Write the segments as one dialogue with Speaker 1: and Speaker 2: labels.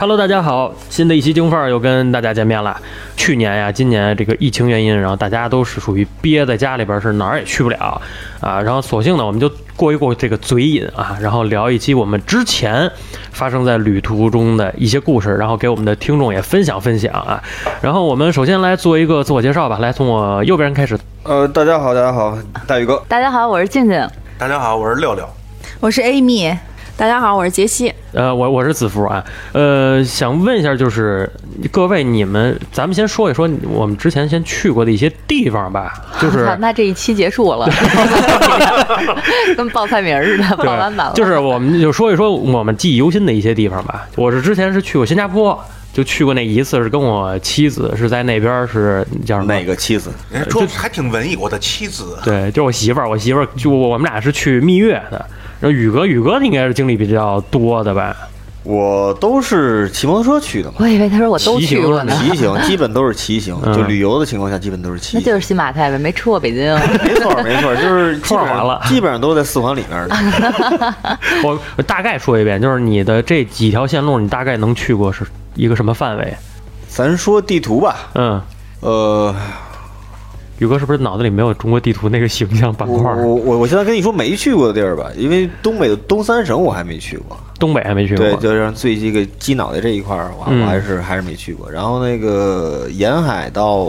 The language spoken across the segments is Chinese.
Speaker 1: Hello，大家好，新的一期京范儿又跟大家见面了。去年呀、今年这个疫情原因，然后大家都是属于憋在家里边，是哪儿也去不了啊。然后索性呢，我们就过一过这个嘴瘾啊，然后聊一期我们之前发生在旅途中的一些故事，然后给我们的听众也分享分享啊。然后我们首先来做一个自我介绍吧，来从我右边开始。
Speaker 2: 呃，大家好，大家好，大宇哥，
Speaker 3: 大家好，我是静静，
Speaker 4: 大家好，我是六六。
Speaker 5: 我是 Amy，
Speaker 6: 大家好，我是杰西。
Speaker 1: 呃，我我是子福啊，呃，想问一下，就是各位你们，咱们先说一说我们之前先去过的一些地方吧，就是
Speaker 3: 好，那这一期结束了，跟报菜名儿似的，报
Speaker 1: 对，
Speaker 3: 完满了。
Speaker 1: 就是我们就说一说我们记忆犹新的一些地方吧。我是之前是去过新加坡，就去过那一次，是跟我妻子是在那边儿是叫什么？
Speaker 2: 哪个妻子？
Speaker 1: 哎
Speaker 4: 人家说还挺文艺，我的 妻子。
Speaker 1: 对，就是我媳妇儿，我媳妇儿就我我们俩是去蜜月的。然后宇哥，宇哥应该是经历比较多的吧？
Speaker 2: 我都是骑摩托车去的嘛，
Speaker 3: 我以为他说我都去过呢，
Speaker 2: 骑 行基本都是骑行，
Speaker 1: 嗯
Speaker 2: 就旅游的情况下基本都是骑
Speaker 3: 那就
Speaker 2: 行。
Speaker 3: 是新马泰呗，没吃过北京。
Speaker 2: 没错没 错，就是基本
Speaker 1: 串完了
Speaker 2: 基本上都在四环里 面的。
Speaker 1: 我我大概说一遍，就是你的这几条线路，你大概能去过是一个什么范围？
Speaker 2: 咱说地图吧，
Speaker 1: 嗯，
Speaker 2: 呃，
Speaker 1: 宇哥是不是脑子里没有中国地图那个形象板
Speaker 2: 我
Speaker 1: 块儿？
Speaker 2: 我我我现在跟你说没去过的地儿吧，因为东北的东三省我还没去过，
Speaker 1: 东北还没去过
Speaker 2: 对，，就是最这个鸡脑袋这一块儿，我
Speaker 1: 嗯
Speaker 2: 我还是还是没去过。然后那个沿海到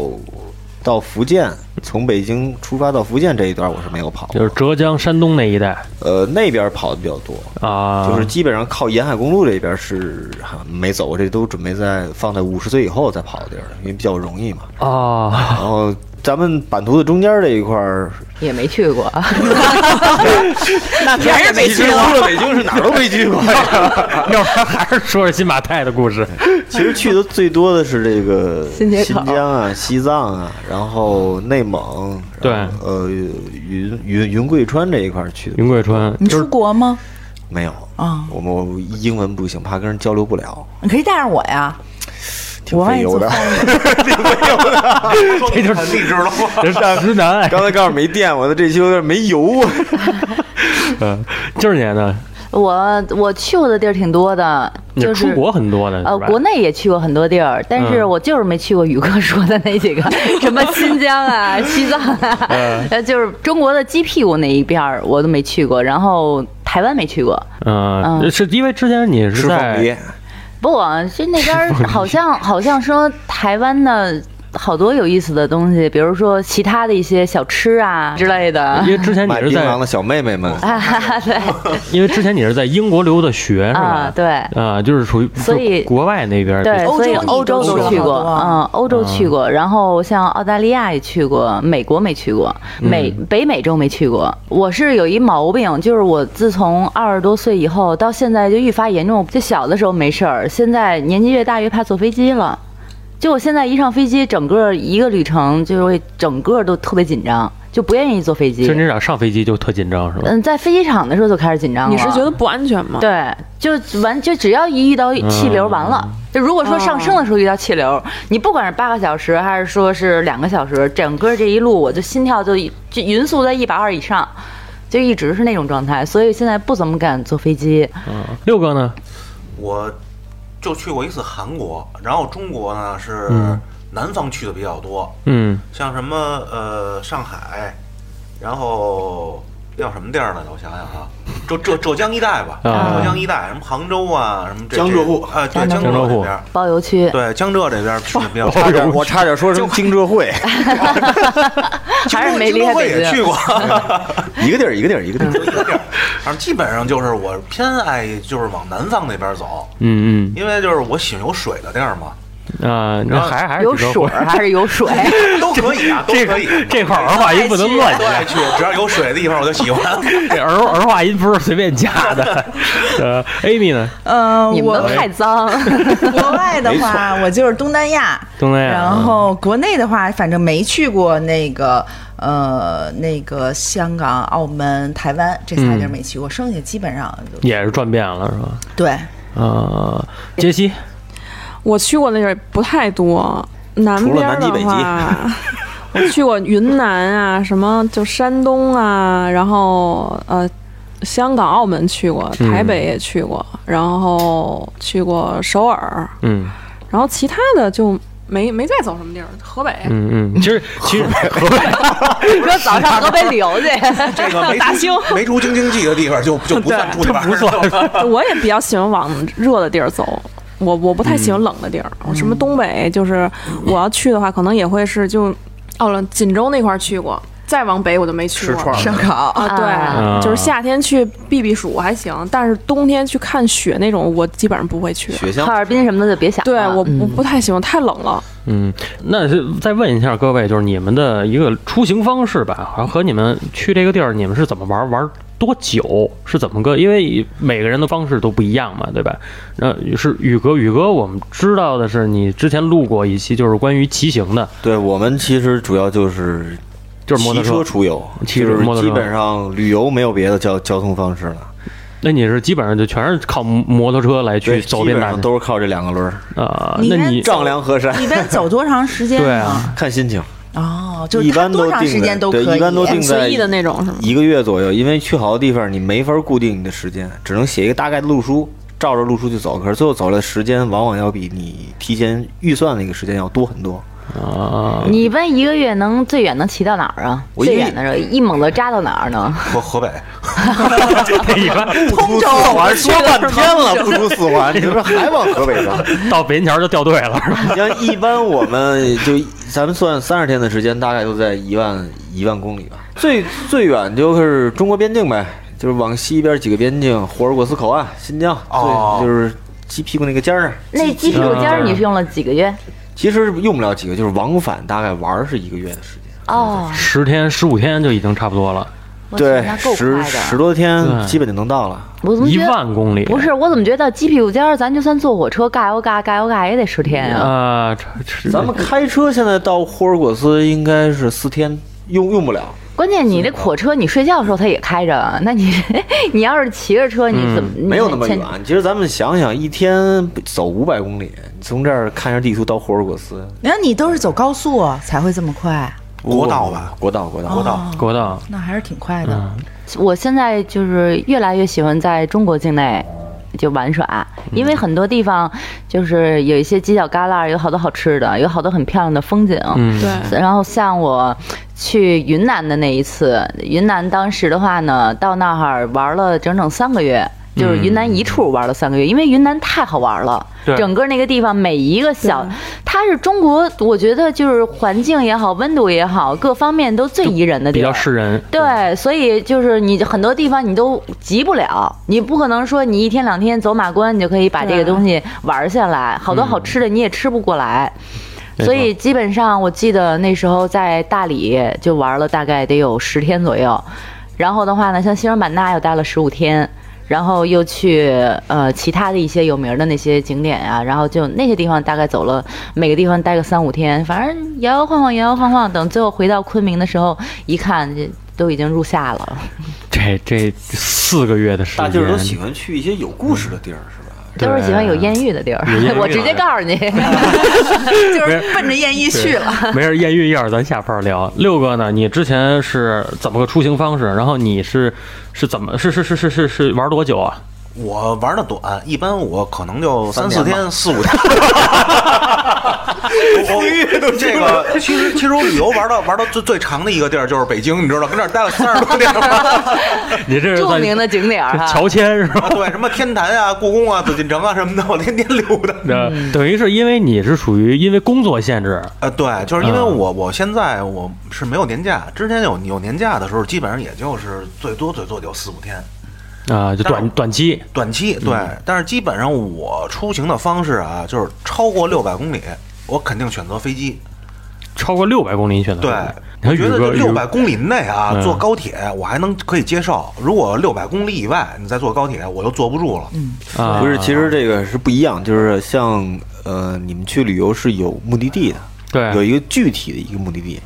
Speaker 2: 到福建，从北京出发到福建这一段我是没有跑过，
Speaker 1: 就是浙江、山东那一带
Speaker 2: 呃，那边跑的比较多，
Speaker 1: 啊，
Speaker 2: 就是基本上靠沿海公路这边是哈没走，这都准备在放在五十岁以后再跑的地儿，因为比较容易嘛。
Speaker 1: 啊，
Speaker 2: 然后咱们版图的中间这一块 儿，
Speaker 3: 也没去过，
Speaker 2: 那别人 北京
Speaker 5: 啊
Speaker 2: 除了北京是哪儿都没去 过呀。
Speaker 1: 要不然还是说说新马泰的故事。
Speaker 2: 其实去的最多的是这个
Speaker 3: 新街口
Speaker 2: 新疆啊、西藏啊，然后内蒙，
Speaker 1: 对
Speaker 2: 然后呃，云云云贵川这一块儿去的
Speaker 1: 云贵川
Speaker 5: 你出国吗？
Speaker 2: 没有
Speaker 5: 啊
Speaker 2: 我们我英文不行，怕跟人交流不了，
Speaker 5: 你可以带上我呀，
Speaker 2: 挺
Speaker 5: 我万
Speaker 2: 费
Speaker 5: 一
Speaker 2: 油
Speaker 5: 做
Speaker 2: 的。
Speaker 5: 翻译。
Speaker 1: 这就是
Speaker 4: 很励志了吗？
Speaker 1: 人是直男哎癌，
Speaker 2: 刚才告诉没电，我的这期有点没油啊。
Speaker 1: 嗯，就是你呢，
Speaker 3: 我我去过的地儿挺多的，
Speaker 1: 你
Speaker 3: 就是
Speaker 1: 出国很多呢，
Speaker 3: 呃
Speaker 1: 是，吧
Speaker 3: 国内也去过很多地儿，但是
Speaker 1: 嗯
Speaker 3: 我就是没去过宇哥说的那 几个，什么新疆啊、西藏啊，
Speaker 1: 嗯
Speaker 3: 呃，就是中国的鸡屁股那一边儿我都没去过，然后台湾没去过，
Speaker 1: 嗯，
Speaker 3: 嗯
Speaker 1: 是因为之前你是
Speaker 2: 吃
Speaker 1: 在
Speaker 2: 凤梨，
Speaker 3: 不，是那边儿 好像好像说台湾的好多有意思的东西，比如说其他的一些小吃啊之类的
Speaker 1: 因。为之前你
Speaker 2: 卖
Speaker 1: 是
Speaker 2: 槟榔
Speaker 1: 在，
Speaker 2: 的小妹妹们，
Speaker 1: 因为之前你是在英国留的学是吧
Speaker 3: 啊？对
Speaker 1: 啊，就是属于
Speaker 3: 所以
Speaker 1: 就国外那边
Speaker 3: 对，
Speaker 5: 欧洲
Speaker 3: 所以
Speaker 5: 你
Speaker 3: 欧洲
Speaker 5: 都
Speaker 3: 都
Speaker 5: 去
Speaker 3: 去
Speaker 5: 了
Speaker 3: 过，
Speaker 5: 好多啊
Speaker 3: 嗯，欧洲去过，然后像澳大利亚也去过，美国没去过，美
Speaker 5: 嗯
Speaker 3: 北美洲没去过。我是有一毛病，就是我自从二十多岁以后到现在就愈发严重，就小的时候没事儿，现在年纪越大越怕坐飞机了。就我现在一上飞机，整个一个旅程就是会整个都特别紧张，就不愿意坐飞
Speaker 1: 其实
Speaker 3: 机。
Speaker 1: 你俩上飞机就特紧张是吧？
Speaker 3: 嗯，在飞机场的时候就开始紧张了。
Speaker 6: 你是觉得不安全吗？
Speaker 3: 对，就完就只要一遇到气流，
Speaker 1: 嗯
Speaker 3: 完了。就如果说上升的时候遇到气流，你不管是八个小时还是说是两个小时，整个这一路我就心跳就一就匀速在一百二以上，就一直是那种状态，所以现在不怎么敢坐飞机。
Speaker 1: 嗯六哥呢？
Speaker 4: 我就去过一次韩国，然后中国呢是
Speaker 1: 嗯
Speaker 4: 南方去的比较多，
Speaker 1: 嗯，
Speaker 4: 像什么呃上海，然后叫什么地儿来着？我想想啊，浙浙浙江一带吧，
Speaker 1: 啊
Speaker 4: 浙江一带，什么杭州啊，什么这
Speaker 2: 江浙沪
Speaker 4: 啊，对，江
Speaker 1: 浙
Speaker 4: 浙
Speaker 1: 沪哎
Speaker 4: 这边，
Speaker 3: 包邮区，
Speaker 4: 对江浙这边去的 比较多。
Speaker 2: 差点我差点说成京浙会，
Speaker 3: 还是没离开北
Speaker 4: 京都会也去
Speaker 3: 京。
Speaker 4: 过，
Speaker 2: 一个地儿一个地儿一个地
Speaker 4: 就
Speaker 2: 儿。
Speaker 4: 一个地儿，反正基本上就是我偏爱就是往南方那边走，
Speaker 1: 嗯
Speaker 4: 因为就是我喜欢有水的地儿嘛，
Speaker 1: 嗯啊，那还还是
Speaker 3: 有
Speaker 1: 比较
Speaker 3: 水儿还是有水？
Speaker 4: 都可以啊，都
Speaker 1: 这
Speaker 4: 可以。
Speaker 1: 个这块儿儿化音不能 乱
Speaker 4: 都爱去，只要有水的地方我就喜欢。
Speaker 1: 这儿儿化音不是随便加 的。呃，Amy 呢？
Speaker 5: 嗯，
Speaker 3: 你们
Speaker 5: 我
Speaker 3: 都太脏。
Speaker 5: 国外的话，我就是东南亚。
Speaker 1: 东
Speaker 2: 嗯
Speaker 1: 南亚
Speaker 5: 然后国内的话，反正没去过那个呃那个香港、澳门、台湾这仨地儿没去过，剩下基本上就
Speaker 1: 也是转遍了是吧？
Speaker 5: 对。
Speaker 2: 呃
Speaker 1: 啊，杰西，
Speaker 6: 我去过那地儿不太多，南
Speaker 2: 除了
Speaker 6: 边
Speaker 2: 南极
Speaker 6: 的
Speaker 2: 北极
Speaker 6: 话，我去过云南啊，什么就山东啊，然后呃香港、澳门去过，
Speaker 2: 嗯
Speaker 6: 台北也去过，然后去过首尔，
Speaker 1: 嗯
Speaker 6: 然后其他的就没没再走什么地儿。河北，
Speaker 1: 嗯嗯，其 实其实 嗯
Speaker 3: 说早上河北旅游去，
Speaker 4: 这个没
Speaker 6: 大兴
Speaker 4: 出没出京津冀的地方就就不算出去玩儿，
Speaker 1: 不算，
Speaker 6: 我也比较喜欢往热的地儿走。我我不太喜欢冷的地儿，我什么东北，就是我要去的话，可能也会是就，哦了，锦州那块儿去过，再往北我就没去
Speaker 4: 吃
Speaker 6: 过。
Speaker 4: 串儿
Speaker 5: 烧烤。
Speaker 6: 啊，
Speaker 3: 啊
Speaker 6: 对，就是夏天去避避暑还行，但是冬天去看雪那种，我基本上不会去。
Speaker 2: 雪
Speaker 3: 哈
Speaker 2: 乡
Speaker 3: 尔滨什么的就别想了。
Speaker 6: 对，我
Speaker 3: 嗯
Speaker 6: 我不太喜欢，太冷了。
Speaker 1: 嗯，那是再问一下各位，就是你们的一个出行方式吧，然后和你们去这个地儿，你们是怎么玩儿，玩儿多久，是怎么个？因为每个人的方式都不一样嘛，对吧？那是宇哥，宇哥，我们知道的是你之前录过一期，就是关于骑行的，
Speaker 2: 对我们其实主要就是
Speaker 1: 就是摩托
Speaker 2: 骑车出游，
Speaker 1: 骑
Speaker 2: 就
Speaker 1: 着
Speaker 2: 是
Speaker 1: 摩托车
Speaker 2: 基本上旅游没有别的交交通方式了，
Speaker 1: 那你是基本上就全是靠摩托车来去
Speaker 2: 对，
Speaker 1: 走
Speaker 2: 基
Speaker 1: 遍
Speaker 2: 本
Speaker 1: 大
Speaker 2: 上
Speaker 1: 街
Speaker 2: 都是靠这两个轮儿，
Speaker 1: 啊、
Speaker 5: 你
Speaker 1: 那
Speaker 5: 看
Speaker 1: 你
Speaker 2: 丈量河山，
Speaker 5: 一般走多长时间
Speaker 1: 对
Speaker 5: 呢？
Speaker 1: 啊
Speaker 2: 看心情，
Speaker 5: 哦，就是
Speaker 2: 一般
Speaker 5: 看多
Speaker 2: 都
Speaker 5: 长
Speaker 2: 定
Speaker 5: 时
Speaker 2: 的
Speaker 5: 间都可
Speaker 2: 对
Speaker 5: 以，
Speaker 2: 一般都定在
Speaker 6: 随意的那种是吗？
Speaker 2: 一个月左右，因为去好多地方你没法固定你的时间，只能写一个大概的路书，照着路书去走，可是最后走来的时间往往要比你提前预算那个时间要多很多。
Speaker 1: 啊，
Speaker 3: 你一般一个月能最远能骑到哪儿啊？
Speaker 2: 我
Speaker 3: 最
Speaker 2: 一
Speaker 3: 远的时候一猛子扎到哪儿呢？
Speaker 4: 河河北，
Speaker 1: 一般
Speaker 2: 通州环说半天了，不出四环，你说还往河北走？
Speaker 1: 到北京桥就掉队了，是吧？
Speaker 2: 你像一般我们就咱们算三十天的时间，大概都在一万一万公里吧。最最远就是中国边境呗，就是往西边几个边境，霍尔果斯口岸、新疆，
Speaker 4: 哦
Speaker 2: 对，就是鸡屁股那个尖儿那儿。
Speaker 3: 那鸡屁股尖儿你是用了几个月？
Speaker 2: 其实用不了几个，就是往返大概玩儿是一个月的时间。
Speaker 3: 哦，
Speaker 1: 十天十五天就已经差不多了，
Speaker 3: 我
Speaker 2: 对
Speaker 3: 天，那够
Speaker 2: 十
Speaker 3: 快
Speaker 2: 十
Speaker 3: 的。
Speaker 2: 多天
Speaker 1: 对
Speaker 2: 基本就能到了。
Speaker 3: 我怎么
Speaker 1: 一
Speaker 3: 觉得
Speaker 1: 万公里
Speaker 3: 不是？我怎么觉得鸡屁股尖儿，咱就算坐火车嘎悠嘎嘎悠嘎也得十天啊？
Speaker 1: 啊，这这
Speaker 2: 咱们开车现在到霍尔果斯应该是四天，用用不了。
Speaker 3: 关键你那火车，你睡觉的时候它也开着，啊那你 你要是骑着车，你怎么、你
Speaker 2: 嗯没有那么
Speaker 3: 嗯前
Speaker 2: 远。其实咱们想想，一天走五百公里，你从这儿看一下地图到霍尔果斯，
Speaker 5: 那你都是走高速啊才会这么快，
Speaker 4: 国道吧？
Speaker 2: 国道，国道，
Speaker 4: 国道。
Speaker 1: 国道。
Speaker 5: 那还是挺快的。
Speaker 2: 嗯
Speaker 3: 我现在就是越来越喜欢在中国境内就玩耍，因为很多地方就是有一些犄角旮旯，有好多好吃的，有好多很漂亮的风景。
Speaker 1: 嗯，
Speaker 6: 对，
Speaker 3: 然后像我去云南的那一次，云南当时的话呢，到那儿玩了整整三个月。就是云南一处玩了三个月，因为云南太好玩了，
Speaker 1: 对
Speaker 3: 整个那个地方每一个小，它是中国，我觉得就是环境也好，温度也好，各方面都最宜人的
Speaker 1: 比
Speaker 3: 地方，
Speaker 1: 较是人。
Speaker 3: 对，所以就是你很多地方你都急不了，你不可能说你一天两天走马观，你就可以把这个
Speaker 6: 对
Speaker 3: 东西玩下来。好多好吃的你也吃不过来，
Speaker 1: 没
Speaker 3: 所以基本上我记得那时候在大理就玩了大概得有十天左右，然后的话呢，像西双版纳又待了十五天。然后又去呃其他的一些有名的那些景点啊，然后就那些地方大概走了，每个地方待个三五天，反正摇摇晃晃，摇摇晃晃，等最后回到昆明的时候，一看这都已经入夏了。
Speaker 1: 这这四个月的时间，
Speaker 2: 大劲儿都喜欢去一些有故事的地儿，是吧？
Speaker 1: 对
Speaker 3: 都是喜欢有艳遇的 地儿
Speaker 1: 有艳遇，
Speaker 3: 我直接告诉你，
Speaker 5: 就是奔着艳遇去了。
Speaker 1: 没事，艳遇一会儿咱下班聊。六哥呢？你之前是怎么个出行方式？然后你是是怎么是是是是是是玩多久啊？
Speaker 4: 我玩的短，一般我可能就
Speaker 2: 三
Speaker 4: 三
Speaker 2: 年
Speaker 4: 四
Speaker 2: 吧
Speaker 4: 天、四五天。 我这个其实其实我旅游玩到玩到最最长的一个地儿就是北京，你知道，跟那儿待了三十多天吧。
Speaker 1: 你这是
Speaker 3: 著
Speaker 1: 在
Speaker 3: 名的景点儿哈。
Speaker 1: 乔迁是吧？
Speaker 4: 啊对，什么天坛啊、故宫啊、紫禁城啊什么的，我天天溜达。
Speaker 1: 那
Speaker 3: 嗯
Speaker 1: 等于是因为你是属于因为工作限制，
Speaker 4: 呃，对，就是因为
Speaker 1: 嗯
Speaker 4: 我我现在我是没有年假，之前有有年假的时候，基本上也就是最多最多就四五天。
Speaker 1: 啊，就短短期
Speaker 4: 短期对，
Speaker 1: 嗯
Speaker 4: 但是基本上我出行的方式啊，就是超过六百公里，我肯定选择飞机。
Speaker 1: 超过六百公里，你选择
Speaker 4: 对，
Speaker 1: 你
Speaker 4: 我
Speaker 1: 看嗯宇
Speaker 4: 觉得
Speaker 1: 哥
Speaker 4: 这
Speaker 1: 宇
Speaker 4: 六百公里内啊，
Speaker 1: 嗯
Speaker 4: 坐高铁我还能可以接受。如果六百公里以外，你再坐高铁，我就坐不住了。
Speaker 1: 啊，
Speaker 2: 不是，其实这个是不一样，就是像呃，你们去旅游是有目的地的，
Speaker 1: 对
Speaker 2: 有一个具体的一个目的地。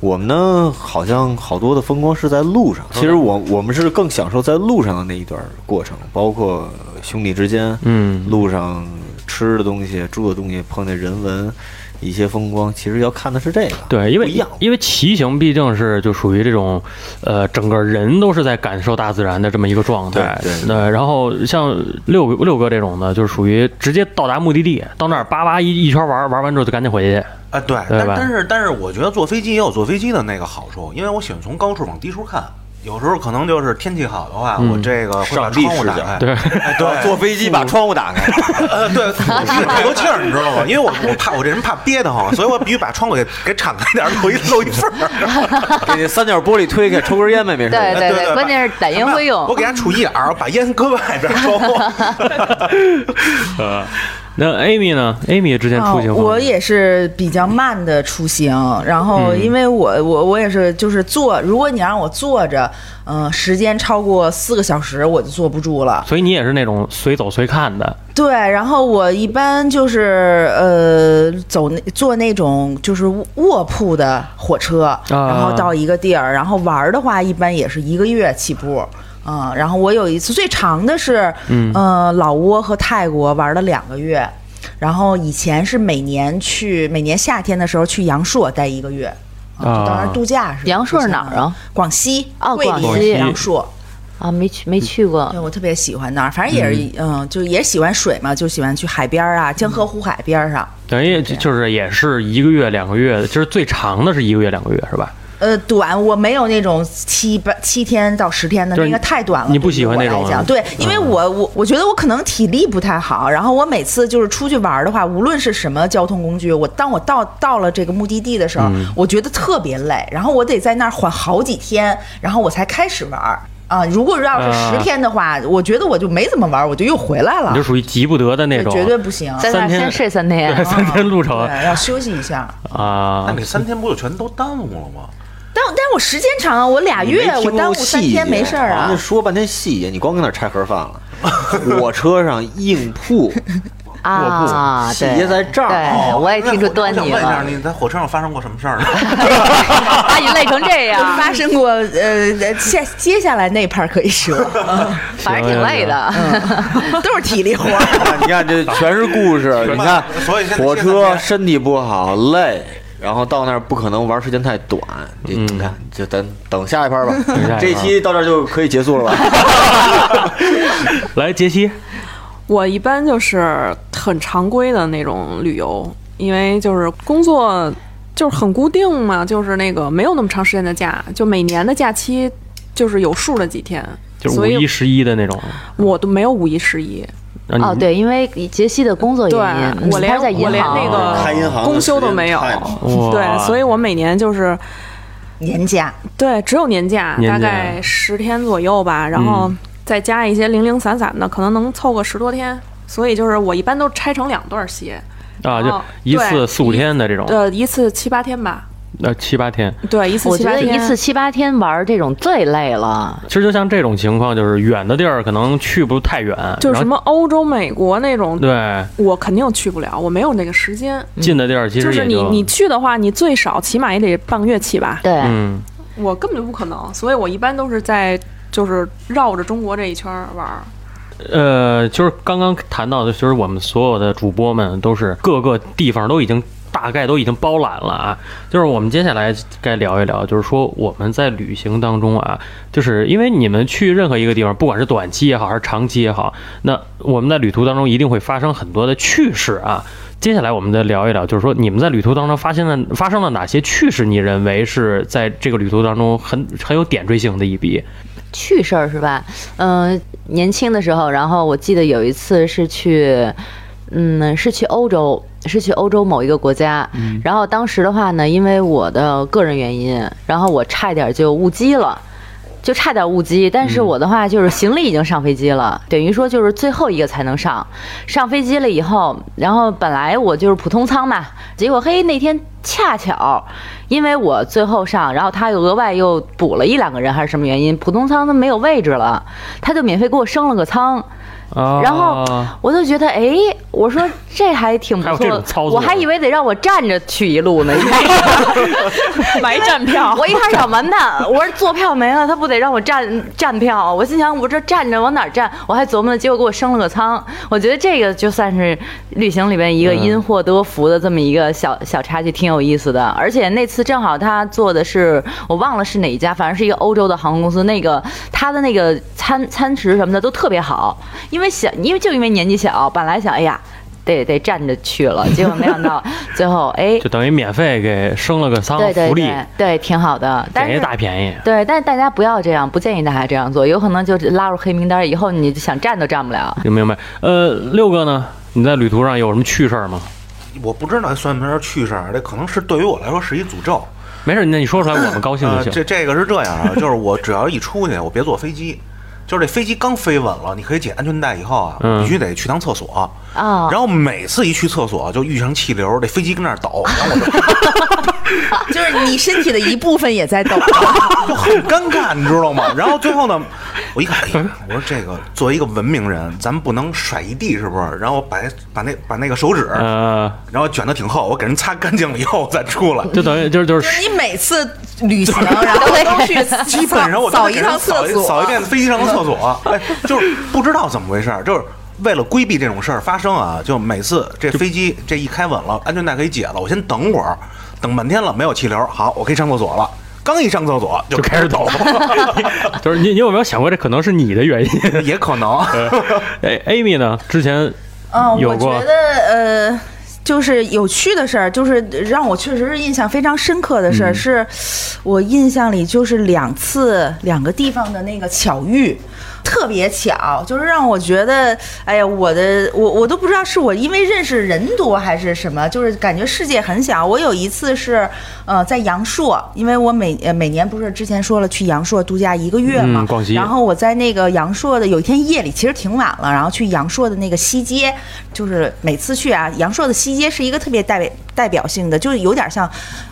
Speaker 2: 我们呢，好像好多的风光是在路上。
Speaker 1: 嗯
Speaker 2: 其实我我们是更享受在路上的那一段过程，包括兄弟之间，
Speaker 1: 嗯
Speaker 2: 路上吃的东西、住的东西，碰见人文，一些风光，其实要看的是这个。
Speaker 1: 对，因为
Speaker 2: 不一样
Speaker 1: 因为骑行毕竟是就属于这种，呃，整个人都是在感受大自然的这么一个状态。
Speaker 2: 对对
Speaker 1: 那然后像六哥六哥这种的，就是属于直接到达目的地，到那儿叭叭一一圈玩，玩完之后就赶紧回去。
Speaker 4: 啊，对，
Speaker 1: 对
Speaker 4: 但
Speaker 1: 吧
Speaker 4: 但是但是，我觉得坐飞机也有坐飞机的那个好处，因为我喜欢从高处往低处看。有时候可能就是天气好的话，
Speaker 3: 嗯
Speaker 4: 我这个会把
Speaker 2: 上帝
Speaker 4: 窗户
Speaker 2: 视
Speaker 4: 打
Speaker 2: 角
Speaker 4: 开。
Speaker 1: 对
Speaker 4: 哎，对，
Speaker 2: 坐飞机把窗户打 开，
Speaker 4: 呃，对，我是太多气儿，你知道吗？因为我我怕我这人怕憋得慌，所以我必须把窗户给给敞开点儿，露一露一缝儿。
Speaker 2: 给那三角玻璃推开，抽根烟呗，没事。
Speaker 3: 对
Speaker 4: 对对，
Speaker 3: 关键是胆烟灰 用
Speaker 4: 我给他杵一眼儿，把烟搁外边儿抽。
Speaker 1: 那 Amy 呢？Amy 之前出行、
Speaker 5: 哦，我也是比较慢的出行，然后
Speaker 1: 嗯
Speaker 5: 因为我、我我也是就是坐，如果你让我坐着，嗯、时间超过四个小时我就坐不住了。
Speaker 1: 所以你也是那种随走随看的，
Speaker 5: 对，然后我一般就是呃，走那坐那种就是卧铺的火车，然后到一个地儿，然后玩儿的话，一般也是一个月起步。嗯，然后我有一次最长的是，嗯、呃，老挝和泰国玩了两个月，然后以前是每年去，每年夏天的时候去阳朔待一个月，啊，就到那
Speaker 1: 啊
Speaker 5: 儿度假是吧。
Speaker 3: 阳朔是哪儿啊？
Speaker 5: 广西，
Speaker 3: 哦
Speaker 5: 桂
Speaker 3: 广
Speaker 5: 林
Speaker 1: 西
Speaker 5: 阳朔。
Speaker 3: 啊，没去没去过
Speaker 5: 对，我特别喜欢那儿，反正也是，嗯，就也喜欢水嘛，就喜欢去海边儿啊，江河湖海边儿上。
Speaker 1: 等于就就是也是一个月两个月，就是最长的是一个月两个月是吧？
Speaker 5: 呃，短我没有那种七八七天到十天的
Speaker 1: 就是
Speaker 5: 那个太短了，
Speaker 1: 你不
Speaker 5: 对于
Speaker 1: 喜欢
Speaker 5: 我
Speaker 1: 那种
Speaker 5: 来
Speaker 1: 啊
Speaker 5: 讲，对，因为我我我觉得我可能体力不太好，然后我每次就是出去玩儿的话，无论是什么交通工具，我当我到到了这个目的地的时候，
Speaker 1: 嗯
Speaker 5: 我觉得特别累，然后我得在那儿缓好几天，然后我才开始玩儿。啊，如果要是
Speaker 1: 啊
Speaker 5: 十天的话，我觉得我就没怎么玩儿，我就又回来了
Speaker 1: 你就，属于急不得的那
Speaker 5: 这
Speaker 1: 种，
Speaker 5: 绝啊对不行。哦
Speaker 3: 在那儿先睡 三天
Speaker 1: 对， 三天路程
Speaker 5: 对，要休息一下。
Speaker 4: 那
Speaker 1: 啊。
Speaker 4: 你三天不就全都耽误了吗？
Speaker 5: 但但我时间长啊，我俩月我耽误三天没事儿
Speaker 2: 咱
Speaker 4: 哦
Speaker 5: 啊
Speaker 2: 们。说半天细节，你光跟那儿拆盒饭了。火车上硬 铺，
Speaker 3: 啊，
Speaker 2: 细
Speaker 3: 对，
Speaker 2: 节在这儿
Speaker 3: 对，
Speaker 4: 哦
Speaker 3: 哎我也
Speaker 4: 那
Speaker 3: 听出
Speaker 4: 我
Speaker 3: 端
Speaker 4: 我想
Speaker 3: 倪
Speaker 4: 问一下，
Speaker 3: 了，
Speaker 4: 你在火车上发生过什么事儿呢？
Speaker 3: 把啊你累成这 样，
Speaker 5: 发生过呃，呃下接下来那 part 可以 说，
Speaker 3: 反正挺累的。
Speaker 5: 都是体力活 儿。
Speaker 2: 你看 这全是故事。你看，
Speaker 4: 所以现在
Speaker 2: 火
Speaker 4: 现在
Speaker 2: 车身体不好累，然后到那儿不可能玩时间太短。这你看，就咱嗯等下一盘吧
Speaker 1: 一趴。
Speaker 2: 这期到这儿就可以结束了 吧？
Speaker 1: 来，杰西，
Speaker 6: 我一般就是很常规的那种旅游，因为就是工作就是很固定嘛，就是那个没有那么长时间的假，就每年的假期就是有数的几天，
Speaker 1: 就是五
Speaker 6: 所
Speaker 1: 一、
Speaker 6: 以
Speaker 1: 十一的那种。
Speaker 6: 我都没有五一十一。
Speaker 1: 让你
Speaker 3: 哦，，对，因为杰西的工作原
Speaker 6: 对
Speaker 3: 因，嗯
Speaker 6: 我连
Speaker 3: 他在银
Speaker 6: 我连
Speaker 3: 行
Speaker 6: 那
Speaker 2: 开银行
Speaker 6: 个
Speaker 2: 的
Speaker 6: 公休
Speaker 2: 时
Speaker 6: 都
Speaker 2: 间
Speaker 6: 没有
Speaker 2: 太忙，
Speaker 1: 哇
Speaker 6: 对，所以我每年就是
Speaker 5: 年假，
Speaker 6: 对只有年假，
Speaker 1: 年假
Speaker 6: 大概十天左右吧，然后
Speaker 2: 嗯
Speaker 6: 再加一些零零散散的，可能能凑个十多天。所以就是我一般都拆成两段歇，
Speaker 1: 啊，就
Speaker 6: 哦
Speaker 1: 一次
Speaker 6: 对
Speaker 1: 四五天的这种，
Speaker 6: 呃，一次七八天吧。
Speaker 1: 呃，七八天。
Speaker 6: 对，一次
Speaker 3: 我
Speaker 6: 七
Speaker 3: 觉
Speaker 6: 八
Speaker 3: 得
Speaker 6: 天。
Speaker 3: 一次七八天玩这种最累了，
Speaker 1: 其实就像这种情况，就是远的地儿可能去不太远，
Speaker 6: 就是
Speaker 1: 然
Speaker 6: 什
Speaker 1: 后
Speaker 6: 么欧洲、美国那种，
Speaker 1: 对
Speaker 6: 我肯定去不了，我没有那个时间。
Speaker 1: 近的地儿，其实
Speaker 6: 就是
Speaker 1: 也
Speaker 6: 你
Speaker 1: 就
Speaker 6: 你去的话，你最少起码也得半个月起吧，
Speaker 3: 对，
Speaker 1: 嗯，
Speaker 6: 我根本就不可能，所以我一般都是在就是绕着中国这一圈儿玩儿。
Speaker 1: 呃，就是刚刚谈到的，就是我们所有的主播们都是各个地方都已经大概都已经包揽了啊。就是我们接下来该聊一聊，就是说我们在旅行当中啊，就是因为你们去任何一个地方，不管是短期也好还是长期也好，那我们在旅途当中一定会发生很多的趣事啊。接下来我们再聊一聊，就是说你们在旅途当中发现了发生了哪些趣事，你认为是在这个旅途当中很很有点缀性的一笔
Speaker 3: 趣事儿是吧？嗯、年轻的时候，然后我记得有一次是去，嗯，是去欧洲，是去欧洲某一个国家。然后当时的话呢，因为我的个人原因，然后我差一点就误机了。就差点误机，但是我的话就是行李已经上飞机了，等于说就是最后一个才能上。上飞机了以后，然后本来我就是普通舱嘛，结果嘿那天恰巧，因为我最后上，然后他又额外又补了一两个人还是什么原因，普通舱他没有位置了，他就免费给我升了个舱。
Speaker 1: 啊
Speaker 3: 然后我就觉得，哎，我说这还挺
Speaker 1: 还
Speaker 3: 不
Speaker 1: 有这
Speaker 3: 错
Speaker 1: 种
Speaker 3: 的，
Speaker 1: 操作
Speaker 3: 我还以为得让我站着去一路呢。你知道吗
Speaker 6: 买站票，
Speaker 3: 我一开始想完蛋，我说坐票没了，他不得让我站站票？我心想，我这站着往哪儿站？我还琢磨呢，结果给我升了个舱。我觉得这个就算是旅行里边一个因祸得福的这么一个小小插曲，挺有意思的。而且那次正好他坐的是我忘了是哪一家，反正是一个欧洲的航空公司，那个他的那个餐餐食什么的都特别好，因为小，因为就因为年纪小，本来想哎呀。得得站着去 了，结果没想到最后哎，
Speaker 1: 就等于免费给升了个舱
Speaker 3: 对对
Speaker 1: 福利，
Speaker 3: 对对，挺好的。但
Speaker 1: 捡
Speaker 3: 是
Speaker 1: 一大便宜。
Speaker 3: 对，但是大家不要这样，不建议大家这样做，有可能就是拉入黑名单以后，你就想站都站不了。
Speaker 1: 明明白？呃，六哥呢？你在旅途上有什么趣事儿吗？
Speaker 4: 我不知道算不算是趣事儿，这可能是对于我来说是一诅咒。
Speaker 1: 没事，那你说出来，我们高兴
Speaker 4: 呃，
Speaker 1: 就行。
Speaker 4: 这这个是这样啊，就是我只要一出去，我别坐飞机，就是这飞机刚飞稳了，你可以解安全带以后啊，
Speaker 1: 嗯
Speaker 4: 必须得去趟厕所。
Speaker 3: 啊
Speaker 4: 然后每次一去厕所就遇上气流，这飞机跟那儿抖，然后我就
Speaker 5: 就是你身体的一部分也 在抖。
Speaker 4: 就很尴尬，你知道吗？然后最后呢，我一看，哎呀，我说这个作为一个文明人，咱们不能甩一地，是不是？然后把把那把那个手指，
Speaker 1: 呃，
Speaker 4: 然后卷得挺厚，我给人擦干净了以后我再出来。
Speaker 1: 就等于就是就
Speaker 5: 就是是你每次旅行，然 后都去
Speaker 4: 基本上我都
Speaker 5: 扫
Speaker 4: 得
Speaker 5: 一
Speaker 4: 给
Speaker 5: 趟
Speaker 4: 人
Speaker 5: 厕
Speaker 4: 扫一
Speaker 5: 所，
Speaker 4: 扫一遍飞机上的厕所，哎，就是不知道怎么回事儿，就是。为了规避这种事儿发生啊，就每次这飞机这一开稳了，安全带可以解了，我先等会儿，等半天了没有气流，好，我可以上厕所了。刚一上厕所就开始抖，
Speaker 1: 就是你你有没有想过，这可能是你的原因？
Speaker 4: 也可能。
Speaker 1: 哎，Amy 呢？之前
Speaker 5: 嗯，
Speaker 1: 有
Speaker 5: 我
Speaker 1: 过
Speaker 5: 觉得呃，就是有趣的事儿，就是让我确实是印象非常深刻的
Speaker 4: 嗯
Speaker 5: 事儿，是我印象里就是两次两个地方的那个巧遇。特别巧，就是让我觉得，哎呀，我的我我都不知道是我因为认识人多还是什么，就是感觉世界很小。我有一次是，呃，在阳朔，因为我每呃每年不是之前说了去阳朔度假一个月嘛，
Speaker 1: 嗯广西
Speaker 5: 然后。然后我在那个阳朔的有一天夜里，其实挺晚了，然后去阳朔的那个西街，就是每次去啊，阳朔的西街是一个特别代表代表性的，就是有点像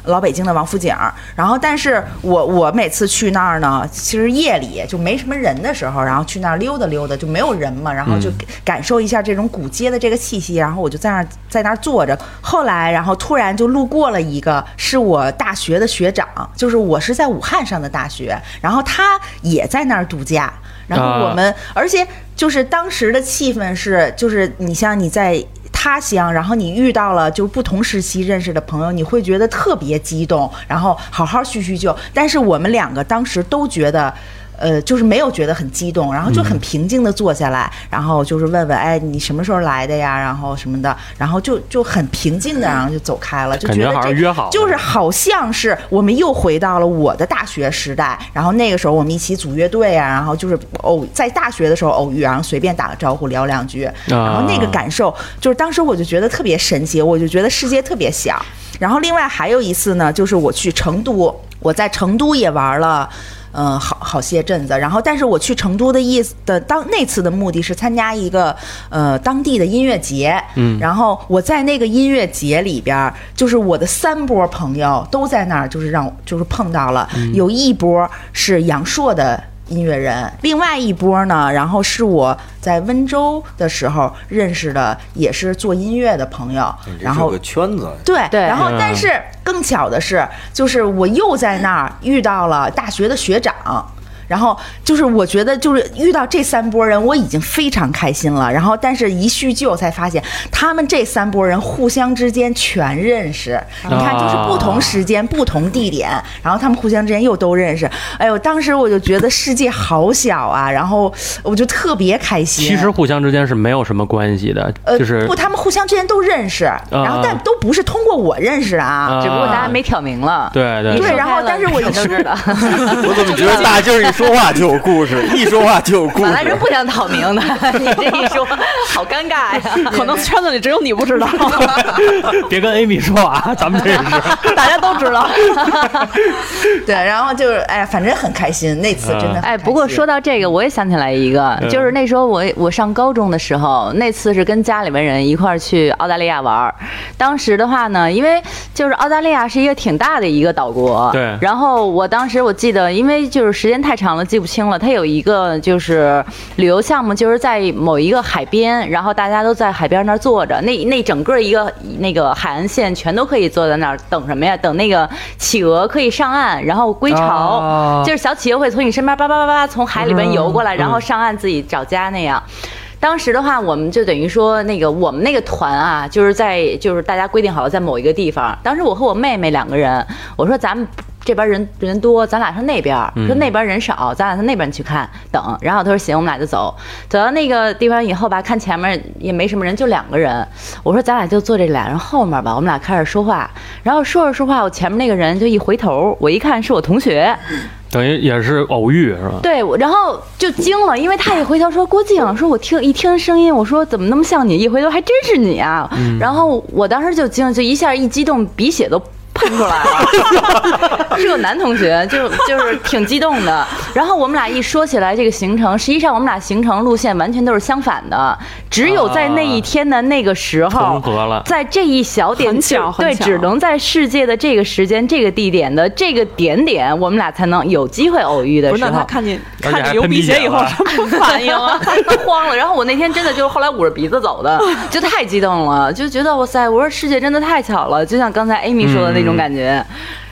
Speaker 5: 老北京的王府井儿。然后，但是我我每次去那儿呢，其实夜里就没什么人的时候，然后去那儿溜达溜达，就没有人嘛，然后就感受一下这种古街的这个气息。然后我就在那儿在那儿坐着，后来然后突然就路过了一个是我大学的学长，就是我是在武汉上的大学，然后他也在那儿度假。然后我们，
Speaker 1: 嗯
Speaker 5: 而且就是当时的气氛是，就是你像你在他乡，然后你遇到了就不同时期认识的朋友，你会觉得特别激动，然后好好叙叙旧。但是我们两个当时都觉得。呃，就是没有觉得很激动，然后就很平静的坐下来，然后就是问问，哎，你什么时候来的呀？然后什么的，然后就就很平静的，然后就走开了，就
Speaker 1: 感
Speaker 5: 觉
Speaker 1: 觉
Speaker 5: 得
Speaker 1: 好像
Speaker 5: 这
Speaker 1: 约好了
Speaker 5: 就是好像是我们又回到了我的大学时代，然后那个时候我们一起组乐队啊，然后就是偶在大学的时候偶遇，然后随便打个招呼聊两句，然后那个感受就是当时我就觉得特别神奇，我就觉得世界特别小。然后另外还有一次呢，就是我去成都，我在成都也玩了。嗯，好好些阵子，然后但是我去成都的意思的当那次的目的是参加一个呃当地的音乐节，嗯，然后我在那个音乐节里边儿，就是我的三波朋友都在那儿，就是让就是碰到了，有一波是阳朔的。音乐人，另外一波呢，然后是我在温州的时候认识的，也是做音乐的朋友，然后
Speaker 2: 这是个圈子，
Speaker 5: 对
Speaker 3: 对
Speaker 5: 然后
Speaker 1: 嗯
Speaker 5: 但是更巧的是，就是我又在那儿遇到了大学的学长。然后就是，我觉得就是遇到这三波人，我已经非常开心了。然后，但是一叙旧才发现，他们这三波人互相之间全认识。
Speaker 1: 啊
Speaker 5: 你看，就是不同时间、不同地点，然后他们互相之间又都认识。哎呦，当时我就觉得世界好小啊，然后我就特别开心。
Speaker 1: 其实互相之间是没有什么关系的，
Speaker 5: 呃，
Speaker 1: 就是
Speaker 5: 不，他们互相之间都认识，然后但都不是通过我认识的啊
Speaker 1: 啊
Speaker 3: 只不过大家没挑明了。
Speaker 1: 对对
Speaker 3: 你
Speaker 5: 对
Speaker 3: 说
Speaker 5: 然后
Speaker 3: 开了
Speaker 5: 但是我
Speaker 3: 人都知 道，
Speaker 2: 我怎么觉得大静一说话就有故 事，一说话就有故
Speaker 3: 本来人
Speaker 2: 事？
Speaker 3: 不想挑明 的，你这一说，好尴尬呀。
Speaker 6: 可能圈子里只有你不知道，
Speaker 1: 别跟 Amy 说啊，咱们这也是。
Speaker 6: 大家都知道。
Speaker 5: 对，然后就是哎，反正很开心，那次真的很
Speaker 3: 哎，不过
Speaker 5: 开心
Speaker 3: 说到这个，我也想起来一个，
Speaker 1: 嗯
Speaker 3: 就是那时候我我上高中的时候，那次是跟家里边人一块儿去澳大利亚玩儿。当时的话呢，因为就是澳大利亚是一个挺大的一个岛国，
Speaker 1: 对
Speaker 3: 然后我当时我记得，因为就是时间太长。长了，记不清了。它有一个就是旅游项目，就是在某一个海边，然后大家都在海边那儿坐着，那那整个一个那个海岸线全都可以坐在那儿等什么呀？等那个企鹅可以上岸，然后归巢，
Speaker 1: 啊
Speaker 3: 就是小企鹅会从你身边叭叭叭叭从海里边游过
Speaker 1: 嗯
Speaker 3: 来，然后上岸自己找家那样。当时的话，我们就等于说那个我们那个团啊，就是在就是大家规定好了在某一个地方。当时我和我妹妹两个人，我说咱们。这边人人多，咱俩上那边儿；
Speaker 1: 嗯
Speaker 3: 说那边人少，咱俩上那边去看等。然后他说行，我们俩就走。走到那个地方以后吧，看前面也没什么人，就两个人。我说咱俩就坐这俩人后面吧。我们俩开始说话，然后说着说话，我前面那个人就一回头，我一看是我同学，
Speaker 1: 等于也是偶遇是吧？
Speaker 3: 对，我然后就惊了，因为他也回头说郭靖，啊说我听一听声音，我说怎么那么像你？一回头还真是你啊！
Speaker 1: 嗯
Speaker 3: 然后我当时就惊了，就一下一激动，鼻血都。喷出 来了，是个男同学，就就是挺激动的。然后我们俩一说起来这个行程，实际上我们俩行程路线完全都是相反的，只有在那一天的那个时候，
Speaker 1: 哦重合了
Speaker 3: 在这一小点
Speaker 6: 很巧很
Speaker 3: 对，
Speaker 6: 巧
Speaker 3: 只能在世界的这个时间、这个地点的这个点点，我们俩才能有机会偶遇的
Speaker 6: 不是，
Speaker 3: 时
Speaker 6: 那他
Speaker 3: 候。
Speaker 6: 看见
Speaker 1: 而且
Speaker 6: 看
Speaker 1: 还
Speaker 6: 见流
Speaker 1: 喷
Speaker 6: 鼻
Speaker 1: 鼻血
Speaker 6: 血以后
Speaker 1: 了，
Speaker 6: 什么反应啊？
Speaker 3: 他慌了，然后我那天真的就是后来捂着鼻子走 的，就太激动了，就觉得哇塞，我说世界真的太巧了，就像刚才 Amy 说的那
Speaker 1: 嗯
Speaker 3: 种感觉，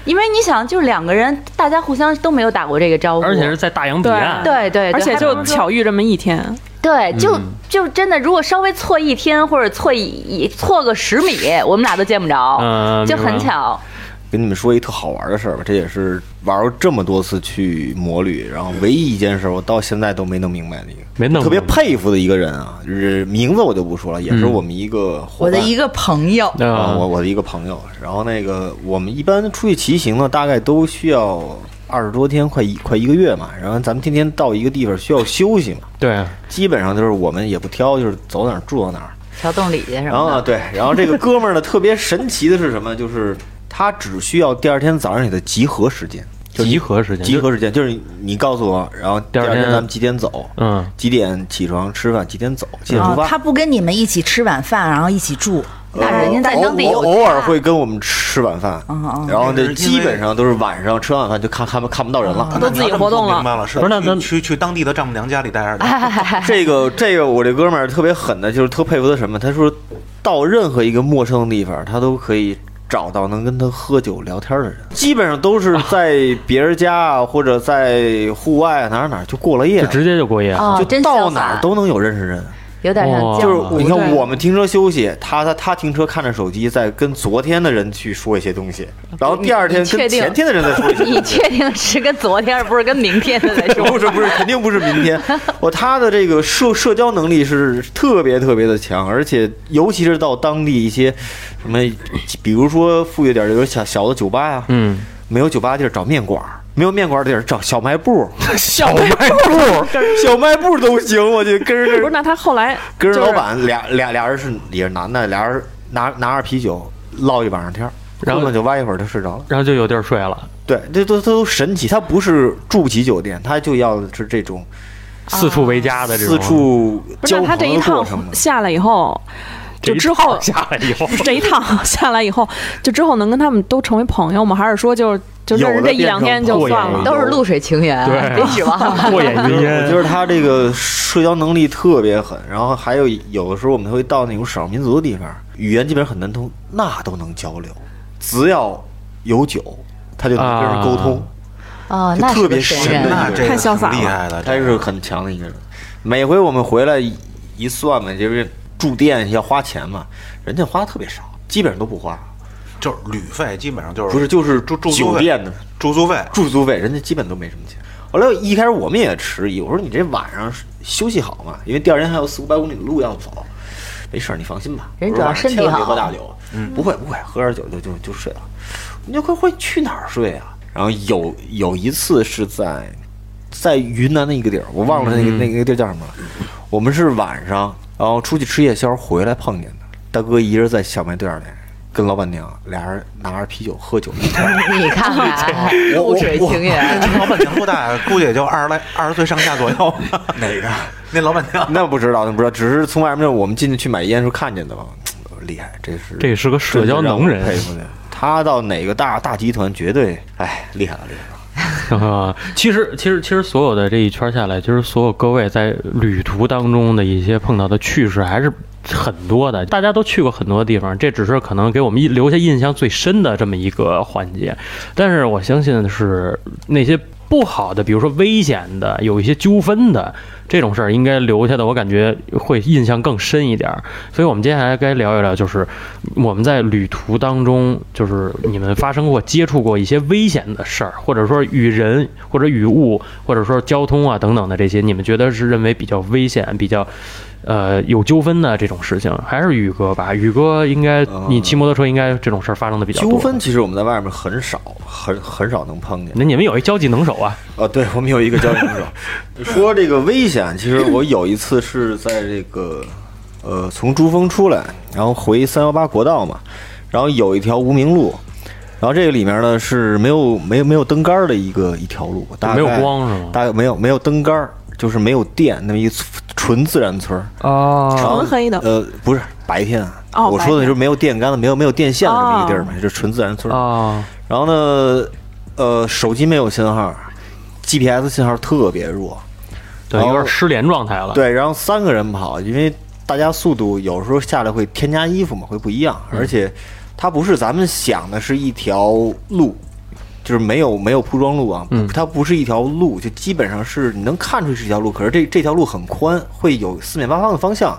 Speaker 3: 因为你想，就是两个人，大家互相都没有打过这个招呼，
Speaker 1: 而且是在大洋彼岸，
Speaker 3: 对对，
Speaker 6: 而且就巧遇这么一天，
Speaker 1: 嗯
Speaker 3: 对，就就真的，如果稍微错一天或者错一错个十米，我们俩都见不着，
Speaker 1: 嗯
Speaker 3: 就很
Speaker 1: 明白
Speaker 3: 巧。
Speaker 2: 跟你们说一特好玩的事儿吧，这也是玩过这么多次去魔旅，然后唯一一件事儿我到现在都没弄明白的一个，
Speaker 1: 没弄
Speaker 2: 特别
Speaker 1: 明白
Speaker 2: 佩服的一个人啊，就是名字我就不说了，也是
Speaker 1: 嗯
Speaker 2: 我们一个伙
Speaker 5: 我
Speaker 2: 伴
Speaker 5: 的一个朋友，
Speaker 2: 啊，我
Speaker 1: 啊，
Speaker 2: 我的一个朋友，然后那个我们一般出去骑行呢，大概都需要二十多天，快一快一个月嘛。然后咱们天天到一个地方需要休息嘛，
Speaker 1: 对，
Speaker 2: 基本上就是我们也不挑，就是走哪儿住到哪儿。
Speaker 3: 桥洞里去什
Speaker 2: 然后
Speaker 3: 么
Speaker 2: 啊，
Speaker 3: 的，
Speaker 2: 对，然后这个哥们儿呢，特别神奇的是什么？就是他只需要第二天早上你的集合时间，就是
Speaker 1: 集合时间，
Speaker 2: 集合时间，就是你告诉我，然后第
Speaker 1: 二
Speaker 2: 二
Speaker 1: 天
Speaker 2: 天咱们几点走？
Speaker 1: 嗯，
Speaker 2: 几点起床吃饭？几点走？几点
Speaker 3: 哦
Speaker 5: 啊
Speaker 2: 出，发？
Speaker 5: 他不跟你们一起吃晚饭，然后一起住，
Speaker 3: 那人家在
Speaker 2: 偶
Speaker 3: 当地有
Speaker 2: 偶偶尔会跟哎我们吃晚饭
Speaker 5: 嗯嗯，
Speaker 2: 然后
Speaker 4: 那
Speaker 2: 这
Speaker 4: 是
Speaker 2: 基本上都是晚上吃完晚饭就看看不看不到人
Speaker 3: 哦
Speaker 2: 了。
Speaker 6: 都自己活动了
Speaker 4: 明白了，是
Speaker 1: 不是那咱
Speaker 4: 去去去当地的丈母娘家里待着 去，
Speaker 2: 这个这个我这哥们儿特别狠的，就是特佩服他什么？他说到任何一个陌生的地方，他都可以。找到能跟他喝酒聊天的人，基本上都是在别人家啊，或者在户外啊哪儿哪儿就过了夜
Speaker 1: 就
Speaker 2: 了，
Speaker 1: 直接就过夜，
Speaker 3: 哦，
Speaker 2: 就
Speaker 3: 真
Speaker 2: 到
Speaker 3: 潇
Speaker 2: 哪儿
Speaker 3: 洒，
Speaker 2: 都能有认识人。哦
Speaker 3: 有点像
Speaker 1: 哇
Speaker 3: 酱
Speaker 2: 就是你看，
Speaker 6: 对
Speaker 2: 我们停车休息，他他他停车看着手机，在跟昨天的人去说一些东西，然后第二天
Speaker 3: 你确
Speaker 2: 跟
Speaker 3: 定
Speaker 2: 前天的人再说一些东西。
Speaker 3: 你确定是跟昨天，而不是跟明天 的在说？
Speaker 2: 不是不是，肯定不是明 天。我他的这个社社交能力是特别特别的强，而且尤其是到当地一些什么，比如说富裕点儿的有小小的酒吧呀、
Speaker 1: 嗯，
Speaker 2: 没有酒吧地儿找面馆儿，没有面馆儿地儿找小卖部儿，
Speaker 1: 小卖部，
Speaker 2: 小卖部儿都行，我去跟
Speaker 6: 不是？
Speaker 2: 着
Speaker 6: 那他后来
Speaker 2: 跟着
Speaker 6: 就是
Speaker 2: 老板俩俩俩人是也是男的，俩人拿拿着啤酒唠一晚上天儿，
Speaker 1: 然后
Speaker 2: 根本就歪一会儿就睡着了。
Speaker 1: 然后就有地儿睡
Speaker 6: 啊
Speaker 1: 了，
Speaker 2: 对，这都都神奇，他不是住不起酒店，他就要的是这种
Speaker 1: 四处为家的这
Speaker 2: 四
Speaker 1: 种，
Speaker 2: 处
Speaker 6: 不是
Speaker 2: 交
Speaker 6: 那他
Speaker 2: 朋
Speaker 6: 这一
Speaker 2: 友的过
Speaker 6: 趟
Speaker 2: 程嘛。
Speaker 6: 下来以后，
Speaker 1: 这
Speaker 6: 就
Speaker 1: 一
Speaker 6: 之后
Speaker 1: 趟下来 以后，
Speaker 6: 这一趟下来以后，就之后能跟他们都成为朋友吗？还是说就是就认识这一两天就
Speaker 1: 有的
Speaker 6: 算
Speaker 1: 变成朋友？
Speaker 6: 了
Speaker 3: 都是露水情缘，
Speaker 1: 对
Speaker 3: 真指望。
Speaker 1: 过眼云
Speaker 2: 我觉
Speaker 1: 烟，
Speaker 2: 得他这个社交能力特别狠，然后还有有的时候我们会到那种少数民族的地方，语言基本上很难通，那都能交流，只要有酒，他就能跟人沟通，
Speaker 3: 哦，
Speaker 2: 就
Speaker 3: 那是
Speaker 2: 特
Speaker 3: 个啊
Speaker 2: 别
Speaker 3: 神
Speaker 2: 神
Speaker 3: 人
Speaker 2: 的。
Speaker 4: 那这个
Speaker 6: 太潇洒了
Speaker 4: 挺厉害的，
Speaker 2: 他
Speaker 4: 这个
Speaker 2: 是很强的一个人。每回我们回来一一算嘛，就是住店要花钱嘛，人家花的特别少，基本上都不花，
Speaker 4: 就是旅费基本上就是
Speaker 2: 不是就是
Speaker 4: 住住宿
Speaker 2: 酒
Speaker 4: 费
Speaker 2: 店的。
Speaker 4: 住宿费，
Speaker 2: 住宿费，人家基本都没什么钱。后来一开始我们也迟疑，我说你这晚上休息好嘛，因为第二天还有四五百公里的路要走，没事儿，你放心吧。
Speaker 3: 人
Speaker 2: 我
Speaker 3: 主
Speaker 2: 说
Speaker 3: 要
Speaker 2: 晚上
Speaker 3: 身体
Speaker 2: 千万别
Speaker 3: 好嗯
Speaker 2: 喝大酒，不会不会，喝点酒就就就睡了。你就快会去哪儿睡啊？然后有有一次是在在云南的一个地儿，我忘了
Speaker 3: 嗯
Speaker 2: 那个、那个地儿叫什么了。我们是晚上，然后出去吃夜宵，回来碰见的大哥一人在小卖店里跟老板娘俩人拿着啤酒喝酒聊天儿。
Speaker 3: 你看看，啊
Speaker 2: 我我
Speaker 3: 露水情缘。
Speaker 4: 那老板娘多 大？估计也就二十来二十岁上下左右。 哪个？那老板 娘
Speaker 2: 那不知道，那不知道，只是从外面我们进去买烟时候看见的吧。厉害，这是
Speaker 1: 这是个社交能人
Speaker 2: 真的让我佩服的。他到哪个大大集团，绝对哎厉害了，厉害了。
Speaker 1: 啊，其实其实其实所有的这一圈下来，其实所有各位在旅途当中的一些碰到的趣事还是很多的，大家都去过很多地方，这只是可能给我们一留下印象最深的这么一个环节。但是我相信是那些不好的，比如说危险的，有一些纠纷的这种事儿，应该留下的，我感觉会印象更深一点儿。所以我们接下来该聊一聊，就是我们在旅途当中，就是你们发生过、接触过一些危险的事儿，或者说与人、或者与物，或者说交通啊等等的这些，你们觉得是认为比较危险、比较呃有纠纷的这种事情，还是宇哥吧？宇哥应该
Speaker 2: 嗯
Speaker 1: 你骑摩托车应该这种事儿发生的比较多。
Speaker 2: 纠纷，其实我们在外面很少，很很少能碰见。
Speaker 1: 那你们有一交际能手啊？
Speaker 2: 啊，对，我们有一个交通手。 说这个危险，其实我有一次是在这个，呃，从珠峰出来，然后回三幺八国道嘛，然后有一条无名路，然后这个里面呢是没有没有没有灯杆儿的一个一条路，大概
Speaker 1: 没有光是吗
Speaker 2: 大概没有没有灯杆儿，就是没有电，那么一纯自然村儿。
Speaker 1: 哦，
Speaker 2: 然后
Speaker 6: 纯黑的
Speaker 2: 呃，不是白天啊，
Speaker 6: 哦
Speaker 2: 我说
Speaker 6: 白
Speaker 2: 的
Speaker 6: 天
Speaker 2: 就是没有电杆子、没有没有电线的这么一个地儿嘛，就是纯自然村儿。
Speaker 1: 哦，
Speaker 2: 然后呢，呃，手机没有信号，GPS 信号特别弱。
Speaker 1: 啊对，有点失联状态了。，
Speaker 2: 对，然后三个人跑，因为大家速度有时候下来会添加衣服嘛，会不一样，而且
Speaker 1: 嗯
Speaker 2: 它不是咱们想的是一条路。就是没有没有铺装路啊，
Speaker 1: 嗯
Speaker 2: 它不是一条路，就基本上是你能看出是一条路，可是这这条路很宽，会有四面八方的方向。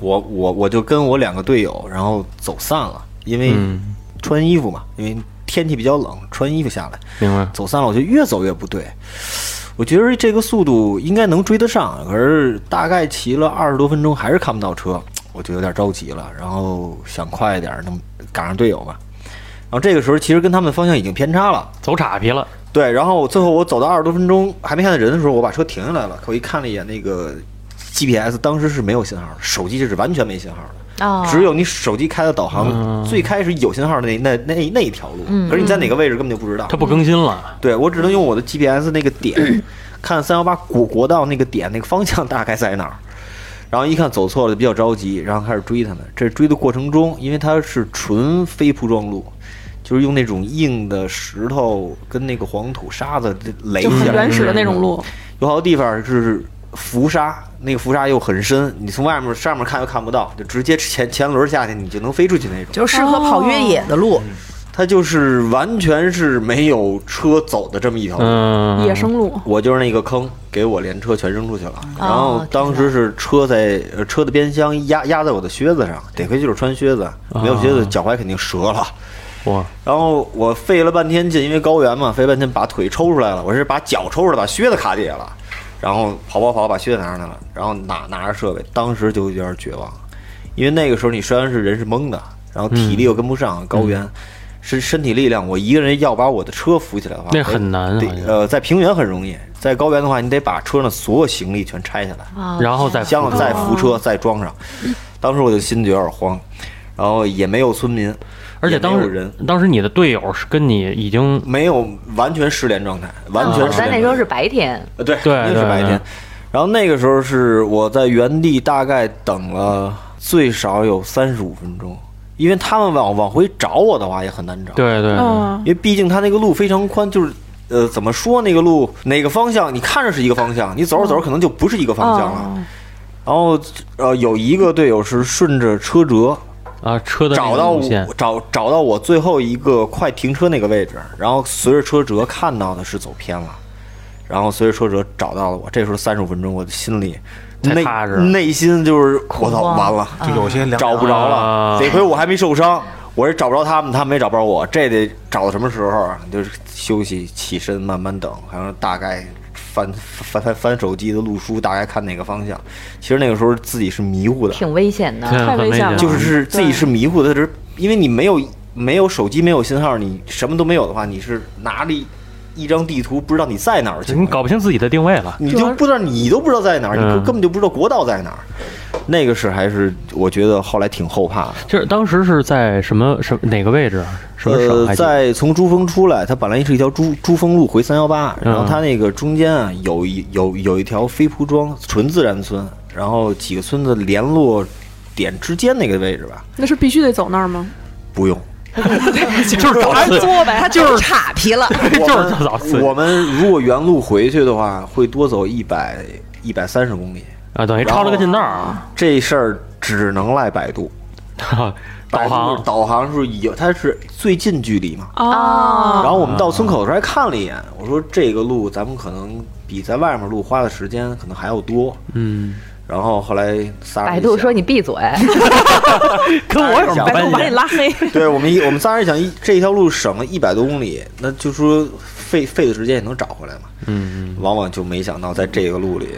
Speaker 2: 我我我就跟我两个队友，然后走散了，因为
Speaker 1: 嗯
Speaker 2: 穿衣服嘛，因为天气比较冷，穿衣服下来。
Speaker 1: 明白。
Speaker 2: 走散了，我就越走越不对。我觉得这个速度应该能追得上，可是大概骑了二十多分钟还是看不到车，我就有点着急了，然后想快一点，能赶上队友嘛。然后这个时候其实跟他们的方向已经偏差了，
Speaker 1: 走岔劈了，
Speaker 2: 对。然后最后我走到二十多分钟还没看到人的时候，我把车停下来了，可我一看了一眼那个 GPS，当时是没有信号的，手机这是完全没信号的。
Speaker 3: 哦，
Speaker 2: 只有你手机开的导航，最开始有信号的那那那那一条路，可是你在哪个位置根本就不知道。
Speaker 1: 它不更新了。
Speaker 2: 对我只能用我的 GPS 那个
Speaker 6: 嗯
Speaker 2: 点， 看三幺八国国道那个点那个方向大概在哪儿，然后一看走错了就比较着急，然后开始追他们。这追的过程中，因为它是纯非铺装路，就是用那种硬的石头跟那个黄土沙子垒
Speaker 6: 啊就
Speaker 2: 起
Speaker 6: 很
Speaker 2: 来，
Speaker 6: 原始的那种路，
Speaker 2: 有好多地方是浮沙，那个浮沙又很深，你从外面上面看又看不到，就直接前前轮下去你就能飞出去那种。
Speaker 5: 就是适合跑越野的路。
Speaker 2: 它就是完全是没有车走的这么一条路。
Speaker 1: 嗯，
Speaker 6: 野生路。
Speaker 2: 我就是那个坑，给我连车全哦扔出去了。然后
Speaker 3: 天
Speaker 2: 当时是车在呃车的边箱压压在我的靴子上，得亏就是穿靴子，没有靴子脚踝肯定折了。
Speaker 1: 哇，
Speaker 2: 然后我费了半天劲，因为高原嘛，费了半天把腿抽出来了，我是把脚抽出来，把靴子卡地下了，然后跑跑跑把靴子拿上来了，然后拿拿着设备，当时就有点绝望，因为那个时候你虽然是人是懵的，然后体力又跟不上、高
Speaker 1: 嗯
Speaker 2: 原。身身体力量，我一个人要把我的车扶起来的话，
Speaker 1: 那很难啊
Speaker 2: 得
Speaker 1: 好像
Speaker 2: 呃，在平原很容易，在高原的话，你得把车上的所有行李全拆下来，
Speaker 3: 哦
Speaker 1: 然后再
Speaker 2: 箱子再扶车再装上。当时我就心里有点慌，然后也没有村民，
Speaker 1: 而且
Speaker 2: 也没
Speaker 1: 当
Speaker 2: 有
Speaker 1: 时
Speaker 2: 人
Speaker 1: 当时你的队友是跟你已经
Speaker 2: 没有完全失联状态，完全
Speaker 3: 哦
Speaker 2: 失
Speaker 3: 咱
Speaker 2: 联状态。
Speaker 3: 哦那时候是白天，
Speaker 2: 呃对
Speaker 1: 对
Speaker 2: 肯定是
Speaker 1: 对
Speaker 2: 白
Speaker 1: 对
Speaker 2: 天。然后那个时候是我在原地大概等了最少有三十五分钟，因为他们往往回找我的话也很难找。，
Speaker 1: 对对，对
Speaker 6: 嗯
Speaker 2: 因，为毕竟他那个路非常宽，就是。呃，怎么说那个路哪个方向？你看着是一个方向，你走着走着可能就不是一个方向了。
Speaker 3: 哦
Speaker 2: 然后，呃，有一个队友是顺着车辙，
Speaker 1: 啊，车的那个
Speaker 2: 找到
Speaker 1: 路
Speaker 2: 我
Speaker 1: 线，
Speaker 2: 找找到我最后一个快停车那个位置，然后随着车辙看到的是走偏了，然后随着车辙找到了我。这时候三十五分钟，我的心里
Speaker 1: 太
Speaker 2: 内
Speaker 1: 踏实了
Speaker 2: 内心就是我操完
Speaker 3: 慌
Speaker 2: 了，
Speaker 4: 就有些两
Speaker 2: 找不着
Speaker 1: 啊
Speaker 2: 了。得亏我还没受伤，我是找不着他们，他们没找不着我，这得找到什么时候啊？就是休息起身慢慢等，然后大概。翻翻翻翻手机的路书，大概看哪个方向。其实那个时候自己是迷糊的，
Speaker 3: 挺危险的。
Speaker 1: 对
Speaker 6: 太
Speaker 1: 啊很
Speaker 6: 危险
Speaker 1: 险
Speaker 6: 了
Speaker 2: 就是是自己
Speaker 6: 对
Speaker 2: 是迷糊的，只是因为你没有没有手机，没有信号，你什么都没有的话，你是拿着一一张地图，不知道你在哪儿，
Speaker 1: 你搞不清自己的定位了。
Speaker 2: 你就不知道你都不知道在哪儿，你
Speaker 1: 嗯
Speaker 2: 根本就不知道国道在哪儿。那个是还是我觉得后来挺后怕的。
Speaker 1: 就是当时是在什么什么哪个位置啊，什么省？
Speaker 2: 呃，
Speaker 1: 还记得
Speaker 2: 在从珠峰出来，它本来是一条珠珠峰路回三幺八，然后
Speaker 1: 嗯
Speaker 2: 它那个中间啊有一有有一条非铺装纯自然村，然后几个村子联络点之间那个位置吧，
Speaker 6: 那是必须得走那儿吗？
Speaker 2: 不用，
Speaker 1: 就是找
Speaker 6: 还是
Speaker 1: 刺激，
Speaker 6: 作呗，
Speaker 5: 他就是岔皮了。
Speaker 1: 就
Speaker 2: 我
Speaker 1: 是
Speaker 2: 们
Speaker 1: 找刺激
Speaker 2: 我们如果原路回去的话，会多走一百一百三十公里。
Speaker 1: 啊，等于抄了个近道儿
Speaker 2: 这事儿只能赖百度，
Speaker 1: 啊，导
Speaker 2: 百度
Speaker 1: 航
Speaker 2: 导航是有，它是最近距离嘛。
Speaker 3: 哦
Speaker 6: 啊，
Speaker 2: 然后我们到村口的时候还看了一眼，我说这个路咱们可能比在外面路花的时间可能还要多。
Speaker 1: 嗯，
Speaker 2: 然后后来仨人
Speaker 3: 百
Speaker 2: 一
Speaker 3: 度
Speaker 2: 想
Speaker 3: 说你闭嘴，
Speaker 1: 跟哎我有什么
Speaker 6: 百度
Speaker 1: 关
Speaker 6: 把你
Speaker 1: 系？
Speaker 6: 拉黑，
Speaker 2: 对我们一我们仨人想一这条路省了一百多公里，那就说费费的时间也能找回来嘛。
Speaker 1: 嗯，
Speaker 2: 往往就没想到在这个路里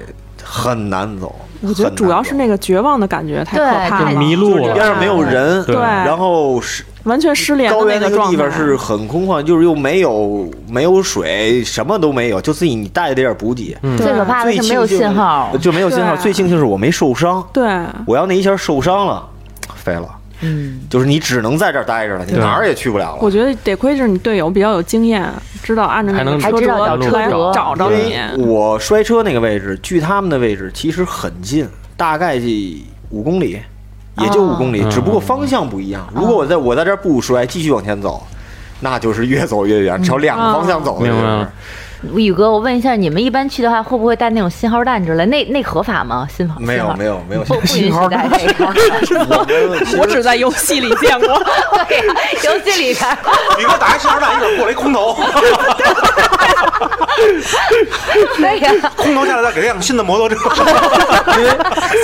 Speaker 2: 很难走。
Speaker 6: 我觉得主要是那
Speaker 2: 个
Speaker 6: 个绝望的感觉 太
Speaker 3: 对
Speaker 6: 可怕
Speaker 3: 太
Speaker 6: 了，
Speaker 1: 迷路
Speaker 6: 就是
Speaker 1: 了
Speaker 2: 边上没有人，
Speaker 1: 对
Speaker 2: 然后是
Speaker 6: 完全失联的
Speaker 2: 高原
Speaker 6: 个
Speaker 2: 个
Speaker 6: 状
Speaker 2: 地
Speaker 6: 态
Speaker 2: 方。是很空旷，就是又没有没有水，什么都没有，就自己你带的点补给。
Speaker 1: 嗯
Speaker 3: 最可怕的
Speaker 2: 最
Speaker 3: 是
Speaker 2: 庆
Speaker 3: 没有
Speaker 2: 幸
Speaker 3: 信号。
Speaker 2: 就没有信号。
Speaker 6: 对
Speaker 2: 最庆幸是我没受伤，
Speaker 6: 对，
Speaker 2: 我要那一下受伤了，废了。嗯，就是你只能在这儿待着了，你
Speaker 1: 对
Speaker 2: 哪儿也去不了了
Speaker 6: 我。觉得得亏是你队友比较有经验，知道按照
Speaker 1: 还
Speaker 6: 那
Speaker 1: 能
Speaker 6: 个车
Speaker 1: 还知
Speaker 3: 道
Speaker 6: 辙
Speaker 3: 找
Speaker 6: 来
Speaker 3: 车辙
Speaker 6: 找着
Speaker 2: 因
Speaker 6: 你
Speaker 2: 为。我摔车那个位置，距他们的位置其实很近，大概五公里，也就五公里，
Speaker 1: 哦
Speaker 2: 只不过方向不一样。
Speaker 1: 嗯
Speaker 2: 如果我在我在这儿不摔，继续往前走，那就是越走越远，朝两个方向走的。
Speaker 1: 明白了
Speaker 3: 宇哥，我问一下，你们一般去的话，会不会带那种信号弹之类？那那合法吗？信号
Speaker 2: 没有没
Speaker 3: 有，
Speaker 2: 有没有，
Speaker 3: 不不允许带这 个。
Speaker 6: 我只在游戏里 见过，
Speaker 3: 对呀，游戏里边
Speaker 4: 你给我打一信号弹，一会儿过来一空 投，
Speaker 3: 对 呀，
Speaker 4: 空投下来再给辆新的摩托车。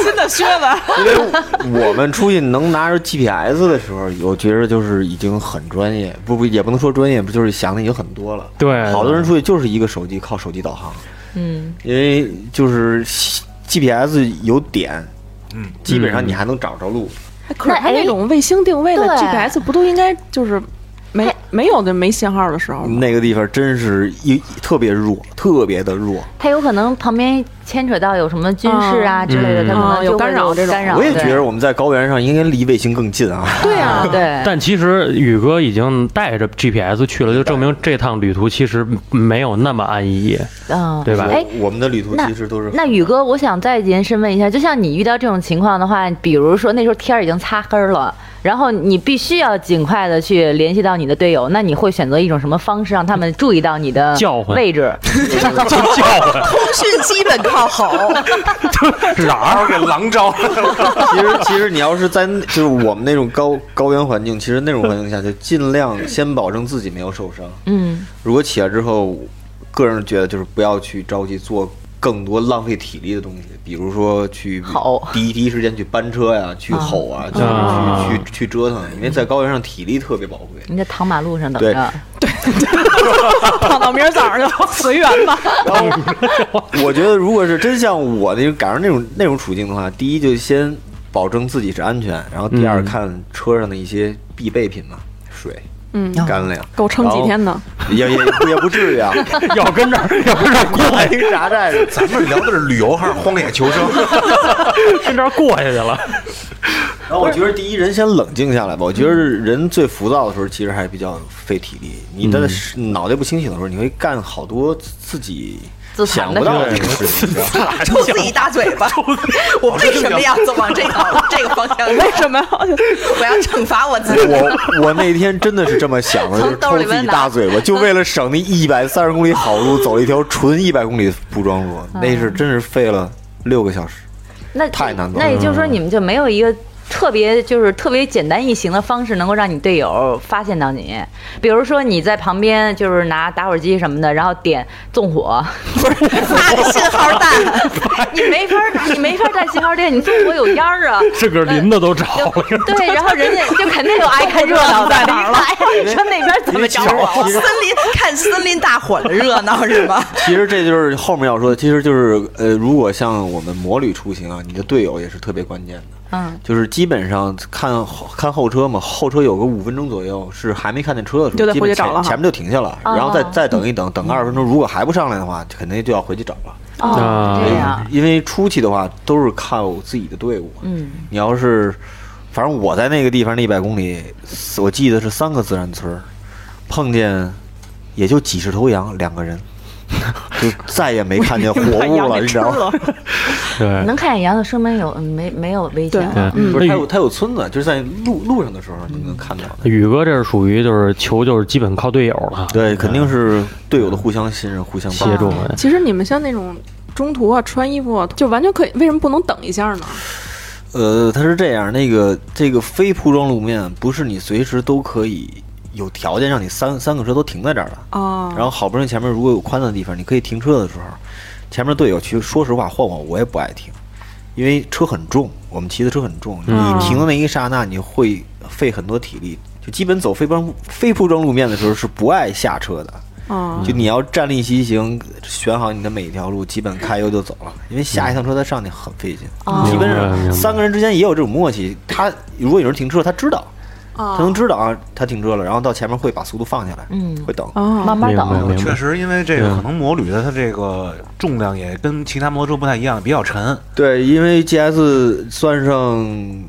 Speaker 6: 新的靴子。
Speaker 2: 因为我们出去能拿着 GPS 的时候，我觉得就是已经很专业，不不也不能说专业，不就是想的已经很多了。
Speaker 1: 对，
Speaker 2: 好多人出去就是一个手机，靠手机导航，
Speaker 3: 嗯，
Speaker 2: 因为就是西 GPS 有点，
Speaker 4: 嗯，
Speaker 2: 基本上你还能找着路。
Speaker 6: 可是
Speaker 3: 那
Speaker 6: 它
Speaker 3: 哎
Speaker 6: 那种卫星定位的
Speaker 3: 对
Speaker 6: GPS 不都应该就是没没有的没信号的时候吗？
Speaker 2: 那个地方真是一特别弱，特别的弱。
Speaker 3: 他有可能旁边牵扯到有什么军事啊之类的，
Speaker 1: 嗯
Speaker 3: 他可能
Speaker 6: 嗯有
Speaker 3: 就会
Speaker 6: 干扰这种
Speaker 3: 干扰。
Speaker 2: 我也觉
Speaker 3: 对
Speaker 2: 得我们在高原上应该离卫星更近啊。
Speaker 6: 对啊，
Speaker 3: 对，
Speaker 1: 但其实宇哥已经带着 GPS 去了，就证明这趟旅途其实没有那么安逸，
Speaker 3: 嗯，
Speaker 1: 对吧
Speaker 3: 哎，
Speaker 2: 我我们的旅途
Speaker 3: 那
Speaker 2: 其实都是
Speaker 3: 那宇哥，我想再延伸问一下，就像你遇到这种情况的话，比如说那时候天儿已经擦黑儿了，然后你必须要尽快的去联系到你的队友，那你会选择一种什么方式让他们注意到你的
Speaker 1: 叫唤
Speaker 3: 位 置？
Speaker 1: 就叫唤
Speaker 5: 通讯基本靠吼，
Speaker 4: 哪儿给狼招 了？
Speaker 2: 其实， 其实你要是在那就是我们那种高高原环境，其实那种环境下就尽量先保证自己没有受伤。
Speaker 3: 嗯，
Speaker 2: 如果起来之后，个人觉得就是不要去着急做更多浪费体力的东西，比如说去
Speaker 3: 吼
Speaker 2: 第一第一时间去搬车呀、去吼啊、
Speaker 1: 啊
Speaker 2: 去去去去折腾，因为在高原上体力特别宝贵。
Speaker 3: 你在躺马路上等
Speaker 2: 对
Speaker 3: 着，
Speaker 6: 放到明儿早上就随缘吧。
Speaker 2: 我觉得如果是真像我那种赶上那种那种处境的话，第一就先保证自己是安全，然后第二
Speaker 1: 嗯
Speaker 2: 看车上的一些必备品嘛，水、
Speaker 6: 嗯，
Speaker 2: 干粮。
Speaker 6: 够撑几天呢？
Speaker 2: 也也不也不至于啊，
Speaker 1: 要跟这 儿要跟这儿过
Speaker 2: 打听啥寨子？
Speaker 4: 咱们聊的是旅游还是荒野求生？
Speaker 1: 跟这儿过下去 了，
Speaker 2: 然后我觉得第一人先冷静下来吧。我觉得人最浮躁的时候，其实还比较费体力。你的脑袋不清醒的时候，你会干好多自己
Speaker 3: 自残
Speaker 2: 想
Speaker 3: 的
Speaker 2: 不到
Speaker 3: 事
Speaker 2: 的事情。你知道吗
Speaker 5: 抽自己一大嘴巴。我为什么要走往这个这个方向？
Speaker 6: 为什么要？
Speaker 5: 我要惩罚我自己。
Speaker 2: 我我那天真的是这么想的，就是
Speaker 3: 从兜
Speaker 2: 抽
Speaker 3: 里
Speaker 2: 自
Speaker 3: 边
Speaker 2: 己
Speaker 3: 拿嗯
Speaker 2: 大嘴巴，就为了省那一百三十公里好路，走了一条纯一百公里的铺装路，
Speaker 3: 嗯
Speaker 2: 那是真是费了六个小时。
Speaker 3: 那
Speaker 2: 太难走了
Speaker 3: 那也就是说，你们就没有一个特别就是特别简单易行的方式，能够让你队友发现到你。比如说你在旁边就是拿打火机什么的，然后点纵火，
Speaker 5: 发的信号弹，
Speaker 3: 你没法儿你没法儿带信号电，你纵火有烟儿啊。
Speaker 1: 自个儿林子都着了。
Speaker 3: 对，然后人家就肯定有爱看热闹的，在哪了？说那边怎么着我？
Speaker 5: 森林看森林大火的热闹是吗？
Speaker 2: 其实这就是后面要说的，其实就是呃，如果像我们摩旅出行啊，你的队友也是特别关键的。
Speaker 3: 嗯，
Speaker 2: 就是基本上看后看后车嘛，后车有个五分钟左右是还没看见车的时候，
Speaker 6: 就得
Speaker 2: 基
Speaker 6: 回
Speaker 2: 本
Speaker 6: 去找
Speaker 2: 前
Speaker 6: 了哈嗯
Speaker 2: 前面就停下了，
Speaker 3: 哦
Speaker 2: 然后再再等一等，等个二十分钟，如果还不上来的话，就肯定就要回去找了。
Speaker 1: 啊
Speaker 3: 哦，这
Speaker 1: 嗯
Speaker 3: 样，
Speaker 2: 因为出去的话都是靠自己的队伍。
Speaker 3: 嗯，
Speaker 2: 你要是，反正我在那个地方那一百公里，我记得是三个自然村儿，碰见也就几十头羊，两个人。 就再也没看见活物了，你知道吗？
Speaker 1: 对，
Speaker 3: 能看见羊的说明有嗯没没有危险
Speaker 1: 对
Speaker 3: 了。
Speaker 2: 不
Speaker 1: 那
Speaker 2: 是，
Speaker 1: 雨
Speaker 2: 它有它有村子，就是在路路上的时候你能看到的。
Speaker 1: 宇哥这是属于就是球就是基本靠队友了，
Speaker 2: 对，肯定是队友的互相信任、互相帮
Speaker 1: 协
Speaker 2: 助。
Speaker 1: 助。
Speaker 6: 其实你们像那种中途啊穿衣服啊，就完全可以，为什么不能等一下呢？
Speaker 2: 呃，它是这样，那个这个非铺装路面不是你随时都可以有条件让你三三个车都停在这儿的。
Speaker 6: 啊，
Speaker 2: 然后好不容易前面如果有宽的地方，你可以停车的时候，前面队友其实说实话，换我我也不爱停，因为车很重，我们骑的车很重，你停的那一刹那你会费很多体力，就基本走非装非铺装路面的时候是不爱下车的。
Speaker 6: 啊，
Speaker 2: 就你要站立骑行，选好你的每一条路，基本开油就走了，因为下一趟车再上去很费劲。基本
Speaker 1: 明白明
Speaker 2: 上
Speaker 1: 白
Speaker 2: 三个人之间也有这种默契，他如果有人停车，他知道，他能知道啊，他停车了，然后到前面会把速度放下来，
Speaker 3: 嗯
Speaker 2: 会等。
Speaker 6: 啊
Speaker 3: 慢慢
Speaker 1: 明白
Speaker 3: 等，
Speaker 1: 明白
Speaker 4: 确实，因为这个
Speaker 1: 嗯
Speaker 4: 可能摩旅的它这个重量也跟其他摩托车不太一样，比较沉。
Speaker 2: 对，因为 GS 算上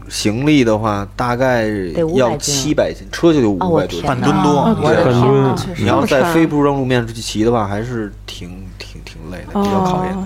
Speaker 2: 行李的话，大概
Speaker 3: 得500
Speaker 2: 要
Speaker 3: 斤啊
Speaker 2: 七百斤，车就得
Speaker 3: 哦
Speaker 2: 五
Speaker 3: 我
Speaker 2: 百多
Speaker 3: 天
Speaker 2: 斤。
Speaker 4: 半吨多
Speaker 3: 哪
Speaker 4: 我的
Speaker 1: 半
Speaker 6: 天
Speaker 1: 吨
Speaker 6: 哪确
Speaker 2: 你要在非铺装路面去骑的话，还是挺挺挺累
Speaker 6: 哦
Speaker 2: 的，比较考
Speaker 3: 哦
Speaker 2: 验。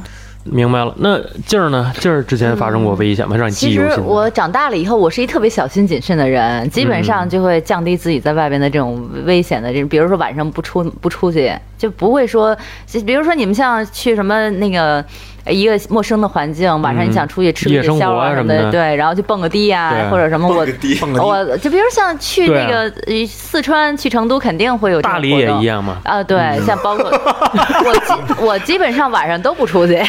Speaker 1: 明白了。那劲儿呢？劲儿之前发生过危险吗？让你记
Speaker 3: 其
Speaker 1: 忆犹
Speaker 3: 实
Speaker 1: 新的。
Speaker 3: 我长大了以后，我是一特别小心谨慎的人，基本
Speaker 1: 嗯
Speaker 3: 上就会降低自己在外边的这种危险的这，比如说晚上不出不出去，就不会说，就比如说你们像去什么那个。呃一个陌生的环境，晚上你想出去吃
Speaker 1: 嗯
Speaker 3: 个
Speaker 1: 夜
Speaker 3: 夜
Speaker 1: 生
Speaker 3: 宵
Speaker 1: 活啊
Speaker 3: 啊
Speaker 1: 什么
Speaker 3: 的，
Speaker 1: 的
Speaker 3: 对，然后去蹦个迪
Speaker 1: 对
Speaker 3: 啊，或者什么我
Speaker 4: 蹦个迪
Speaker 3: 我就比如像去
Speaker 1: 对
Speaker 3: 那
Speaker 1: 啊
Speaker 3: 个呃四川去成都，肯定会有这种
Speaker 1: 大理
Speaker 3: 活
Speaker 1: 也
Speaker 3: 动
Speaker 1: 一样嗯嘛。
Speaker 3: 啊，对，像包 括我基我基本上晚上都不出去，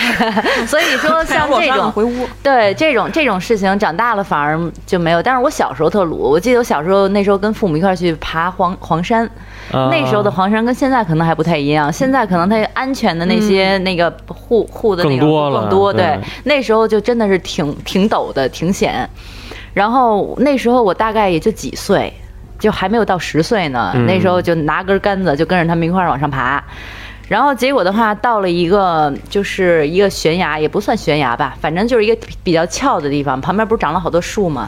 Speaker 3: 所以说 像这种
Speaker 6: 回屋，
Speaker 3: 对这种这种事情，长大了反而就没有。但是我小时候特鲁，我记得我小时候那时候跟父母一块儿去爬黄黄山，
Speaker 1: 啊
Speaker 3: 那时候的黄山跟现在可能还不太一样，现在可能它安全的那些、那个护护的那
Speaker 1: 更
Speaker 3: 个
Speaker 1: 多了
Speaker 3: 更多对，
Speaker 1: 对
Speaker 3: 那时候就真的是挺挺陡的，挺险。然后那时候我大概也就几岁，就还没有到十岁呢，
Speaker 1: 嗯
Speaker 3: 那时候就拿根杆子就跟着他们一块儿往上爬。然后结果的话，到了一个就是一个悬崖，也不算悬崖吧，反正就是一个比比较峭的地方，旁边不是长了好多树吗？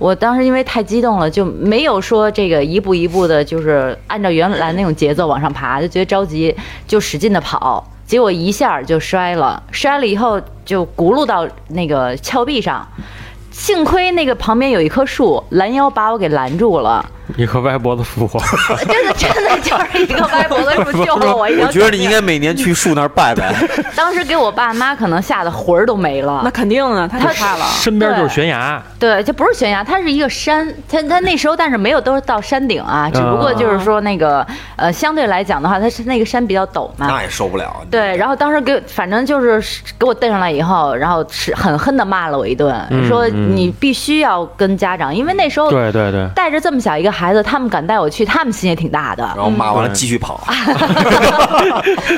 Speaker 3: 我当时因为太激动了，就没有说这个一步一步的，就是按照原来那种节奏往上爬，就觉得着急，就使劲的跑，结果一下就摔了，摔了以后就轱辘到那个峭壁上。幸亏那个旁边有一棵树，拦腰把我给拦住 了，
Speaker 1: 一颗歪脖子复活，
Speaker 3: 真的真的就是一个歪脖子树救了我一
Speaker 2: 我
Speaker 3: 条小
Speaker 2: 觉得你
Speaker 3: 命
Speaker 2: 应该每年去树那儿拜拜。
Speaker 3: 当时给我爸妈可能吓得魂儿都没了。
Speaker 6: 那肯定啊，太可怕了。
Speaker 1: 身边就是悬崖，
Speaker 3: 对，这不是悬崖，它是一个山，它它那时候但是没有都是到山顶
Speaker 2: 嗯
Speaker 3: 啊，只不过就是说那个呃，相对来讲的话，它是那个山比较陡嘛。
Speaker 2: 那也受不了。啊
Speaker 3: 对，然后当时给我反正就是给我蹬上来以后，然后是狠狠的骂了我一顿，
Speaker 1: 嗯
Speaker 3: 说
Speaker 1: 嗯
Speaker 3: 你必须要跟家长，因为那时候
Speaker 1: 对对对，
Speaker 3: 带着这么小一个孩子，他们敢带我去，他们心也挺大的。
Speaker 2: 然后骂完了继续跑。啊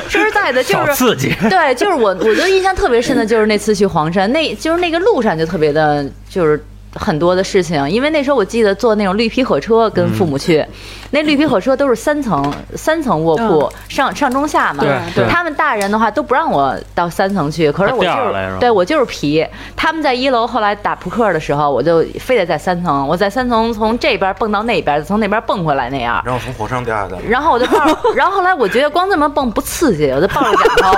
Speaker 3: 说实在的，就
Speaker 1: 找
Speaker 3: 是
Speaker 1: 刺激。
Speaker 3: 对，就是我，我就印象特别深的就是那次去黄山，那就是那个路上就特别的，就是很多的事情。因为那时候我记得坐那种绿皮火车跟父
Speaker 1: 嗯
Speaker 3: 母去，那绿皮火车都是三层三层卧铺，
Speaker 6: 嗯
Speaker 3: 上上中下嘛。
Speaker 1: 对对
Speaker 3: 他们大人的话都不让我到三层去，可是我就
Speaker 1: 他掉下来是
Speaker 3: 是
Speaker 1: 吧
Speaker 3: 对我就是皮。他们在一楼后来打扑克的时候，我就非得在三层，我在三层从这边蹦到那边，从那边蹦回来那样。
Speaker 4: 然后从火车上掉下去了。
Speaker 3: 然后我就抱着， 然后后来我觉得光这么蹦不刺激，我就抱着枕头，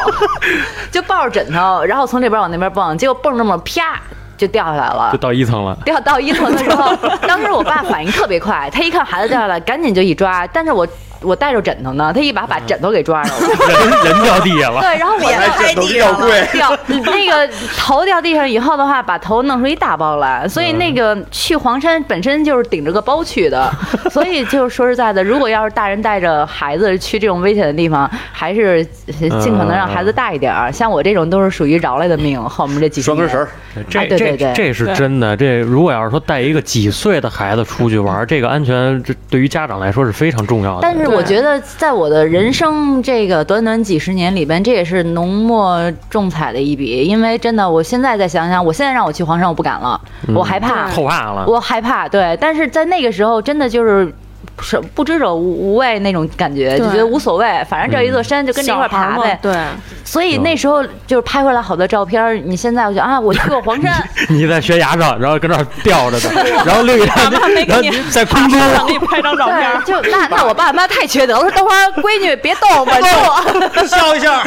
Speaker 3: 就抱着枕头，然后从这边往那边蹦，结果蹦这么啪就掉下来了
Speaker 1: 就。到一层了，
Speaker 3: 掉到一层的时候， 当时我爸反应特别快，他一看孩子掉下来，赶紧就一抓，但是我我带着枕头呢，他一把
Speaker 1: 嗯
Speaker 3: 把枕头给抓着了。
Speaker 1: 人人掉地下了，
Speaker 3: 对，然后我
Speaker 5: 脸
Speaker 3: 就
Speaker 5: 挨地上了，
Speaker 3: 啊 掉那个头掉地上以后的话，把头弄出一大包来，所以
Speaker 2: 嗯
Speaker 3: 那个去黄山本身就是顶着个包 去的，所以就是说实在的，如果要是大人带着孩子去这种危险的地方，还是
Speaker 2: 嗯
Speaker 3: 呃尽可能让孩子大一点儿。像我这种都是属于饶来的命，后我们这几十
Speaker 2: 拴根
Speaker 3: 年
Speaker 2: 绳儿，
Speaker 1: 这、
Speaker 3: 啊对对对
Speaker 1: 这这是真的。这如果要是说带一个几岁的孩子出去玩，这个安全这对于家长来说是非常重要的。
Speaker 3: 但是我觉得，在我的人生这个短短几十年里边，这也是浓墨重彩的一笔。因为真的，我现在再想想，我现在让我去
Speaker 2: 嗯
Speaker 3: 黄山，我不敢了，我害怕。
Speaker 1: 后怕了，
Speaker 3: 我害怕，对，但是在那个时候真的就是。是不知者无无畏那种感觉，就
Speaker 6: 对
Speaker 3: 觉得无所谓，反正这一座山就跟着一块
Speaker 6: 小
Speaker 3: 儿
Speaker 6: 孩儿
Speaker 3: 爬
Speaker 6: 嘛
Speaker 3: 呗。，
Speaker 6: 对，
Speaker 3: 所以那时候就是拍回来好多照片儿。你现在我觉得啊，我去过黄山，
Speaker 1: 你在悬崖上，然后跟那儿吊着的，
Speaker 3: 啊
Speaker 1: 然后另一张，然后你在空中，
Speaker 6: 给你拍张照片儿
Speaker 3: 对，。 就那那我爸妈太缺德了。我说等会儿闺女别动， 稳住我。
Speaker 2: 笑一下。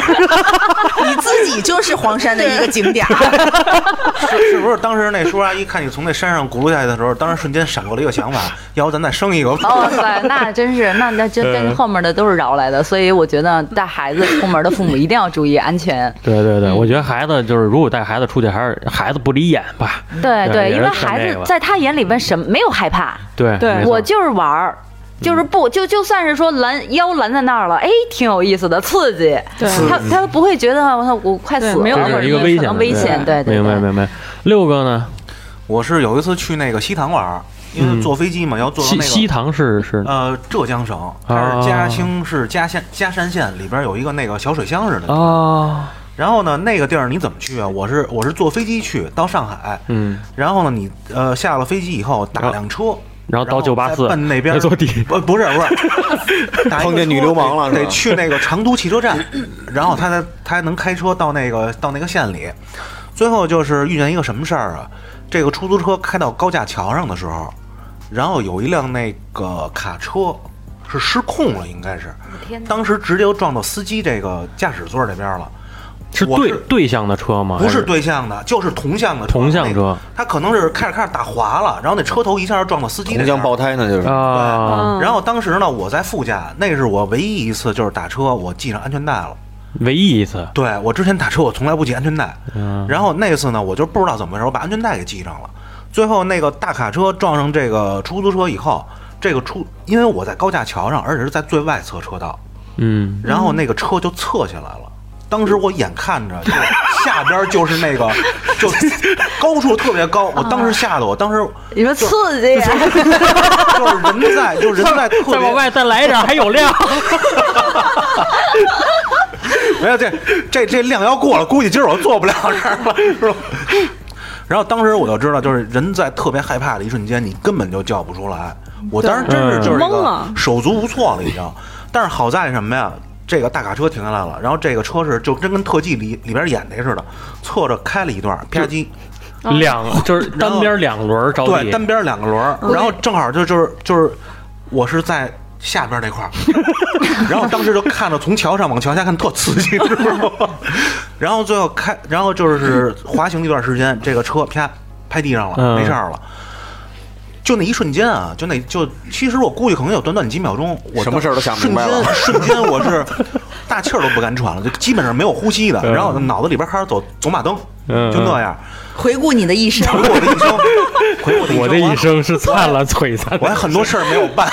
Speaker 5: 你自己就是黄山的一个景点 儿，
Speaker 4: 是是不是当时那叔叔阿姨看你从那山上轱辘下去的时候，当时瞬间闪过了一个想法，要不咱再生一个吧？
Speaker 3: 哦，塞，那真是，那那真跟后面的都是饶来的。所以我觉得带孩子出门的父母一定要注意安全。
Speaker 1: 对对
Speaker 4: 嗯
Speaker 1: 对，我觉得孩子就是，如果带孩子出去，还是孩子不离眼吧。
Speaker 3: 嗯对
Speaker 1: 对
Speaker 3: 对，
Speaker 1: 也
Speaker 3: 因
Speaker 1: 是
Speaker 3: 为
Speaker 1: 看
Speaker 3: 孩
Speaker 1: 这
Speaker 3: 子
Speaker 1: 个
Speaker 3: 在他眼里边什么没有害怕，
Speaker 1: 对，
Speaker 6: 对
Speaker 1: 没错
Speaker 3: 我就是玩儿。就是不就就算是说拦腰拦在那儿了，哎，挺有意思的，刺激。
Speaker 6: 对
Speaker 3: 他他不会觉得我操我快死
Speaker 6: 对
Speaker 3: 了，
Speaker 6: 没有
Speaker 3: 或
Speaker 1: 这
Speaker 3: 者
Speaker 1: 是一个
Speaker 3: 可
Speaker 1: 危险的
Speaker 3: 能危险，对对。
Speaker 1: 明白
Speaker 3: 对
Speaker 1: 明白。六个呢？
Speaker 4: 我是有一次去那个西塘玩儿，因为坐飞机嘛，要坐到
Speaker 1: 西
Speaker 4: 那
Speaker 1: 西
Speaker 4: 个。
Speaker 1: 塘是是
Speaker 4: 呃，浙江省，它是嘉兴市嘉县嘉山县里边有一个那个小水乡似的。
Speaker 1: 啊，
Speaker 4: 然后呢，那个地儿你怎么去啊？我是我是坐飞机去到上海，
Speaker 1: 嗯，
Speaker 4: 然后呢，你呃下了飞机以后打辆车，
Speaker 1: 然后到
Speaker 4: 再
Speaker 1: 984
Speaker 4: 奔那边
Speaker 1: 再坐地
Speaker 4: 不不是 不是，打一个车
Speaker 2: 碰见女流氓了是吧
Speaker 4: 得得去那个成都汽车站，然后他才他还能开车到那个到那个县里。最后就是遇见一个什么事儿啊？这个出租车开到高架桥上的时候，然后有一辆那个卡车是失控了，应该是
Speaker 3: 天，哪
Speaker 4: 当时直接就撞到司机这个驾驶座这边了。
Speaker 1: 嗯是
Speaker 4: 我
Speaker 1: 对对向的车吗？
Speaker 4: 不
Speaker 1: 啊还
Speaker 4: 是
Speaker 1: 是
Speaker 4: 对向的，就是同向的车
Speaker 1: 同向车，
Speaker 4: 他可能是开着开着打滑了，然后那车头一下就撞到司机那
Speaker 2: 红
Speaker 4: 边
Speaker 2: 将
Speaker 4: 儿
Speaker 2: 爆胎呢，就是
Speaker 1: 啊，
Speaker 6: 嗯
Speaker 4: 然后当时呢，我在副驾，那是我唯一一次就是打车我系上安全带了。
Speaker 1: 唯一一次，
Speaker 4: 对我之前打车我从来不系安全带，
Speaker 1: 嗯
Speaker 4: 然后那次呢，我就不知道怎么回事，我把安全带给系上了。最后那个大卡车撞上这个出租车以后，这个出因为我在高架桥上，而且是在最外侧车道，
Speaker 1: 嗯，
Speaker 4: 然后那个车就侧下来了。当时我眼看着就下边就是 那个，就高处特别高，我当时吓得我，当
Speaker 1: 哦
Speaker 4: 时
Speaker 3: 你说刺激，
Speaker 4: 就是人在，就人在特
Speaker 1: 再往
Speaker 4: 别
Speaker 1: 外再来一点，还有量。
Speaker 4: 没有这这这量要过了，估计今儿我做不了这儿了，是吧？ 然后当时我就知道，就是人在特别害怕的一瞬间，你根本就叫不出来。我当时真是就是一
Speaker 6: 嗯懵
Speaker 4: 个
Speaker 6: 了
Speaker 4: 手足无措了，已经。但是好在什么呀？这个大卡车停下来了，然后这个车是就真跟特技里里边演那似的，侧着开了一段，啪叽，
Speaker 1: 两就是
Speaker 4: 然后
Speaker 1: 单边两轮着
Speaker 4: 对，
Speaker 1: 地，
Speaker 4: 单边两个轮儿，然后正好就就是就是，我是在下边那块儿，然后当时就看着从桥上往桥下看特刺激，知道吗？然后最后开，然后就是滑行一段时间，这个车啪拍地上了，
Speaker 1: 嗯
Speaker 4: 没事儿了。就那一瞬间啊，就那就，其实我估计可能有短短几秒钟，我
Speaker 2: 什么事儿都想
Speaker 4: 瞬
Speaker 2: 明白了
Speaker 4: 间瞬 间我是大气儿都不敢喘了，就基本上没有呼吸的，
Speaker 1: 嗯
Speaker 4: 然后我脑子里边开始走走马灯，
Speaker 1: 嗯
Speaker 4: 就那样。
Speaker 5: 回顾你的一生。
Speaker 4: 回我的一生，回我的一生，
Speaker 1: 我的一生是灿烂璀璨
Speaker 4: 我还
Speaker 1: 的。
Speaker 4: 很多事儿没有办。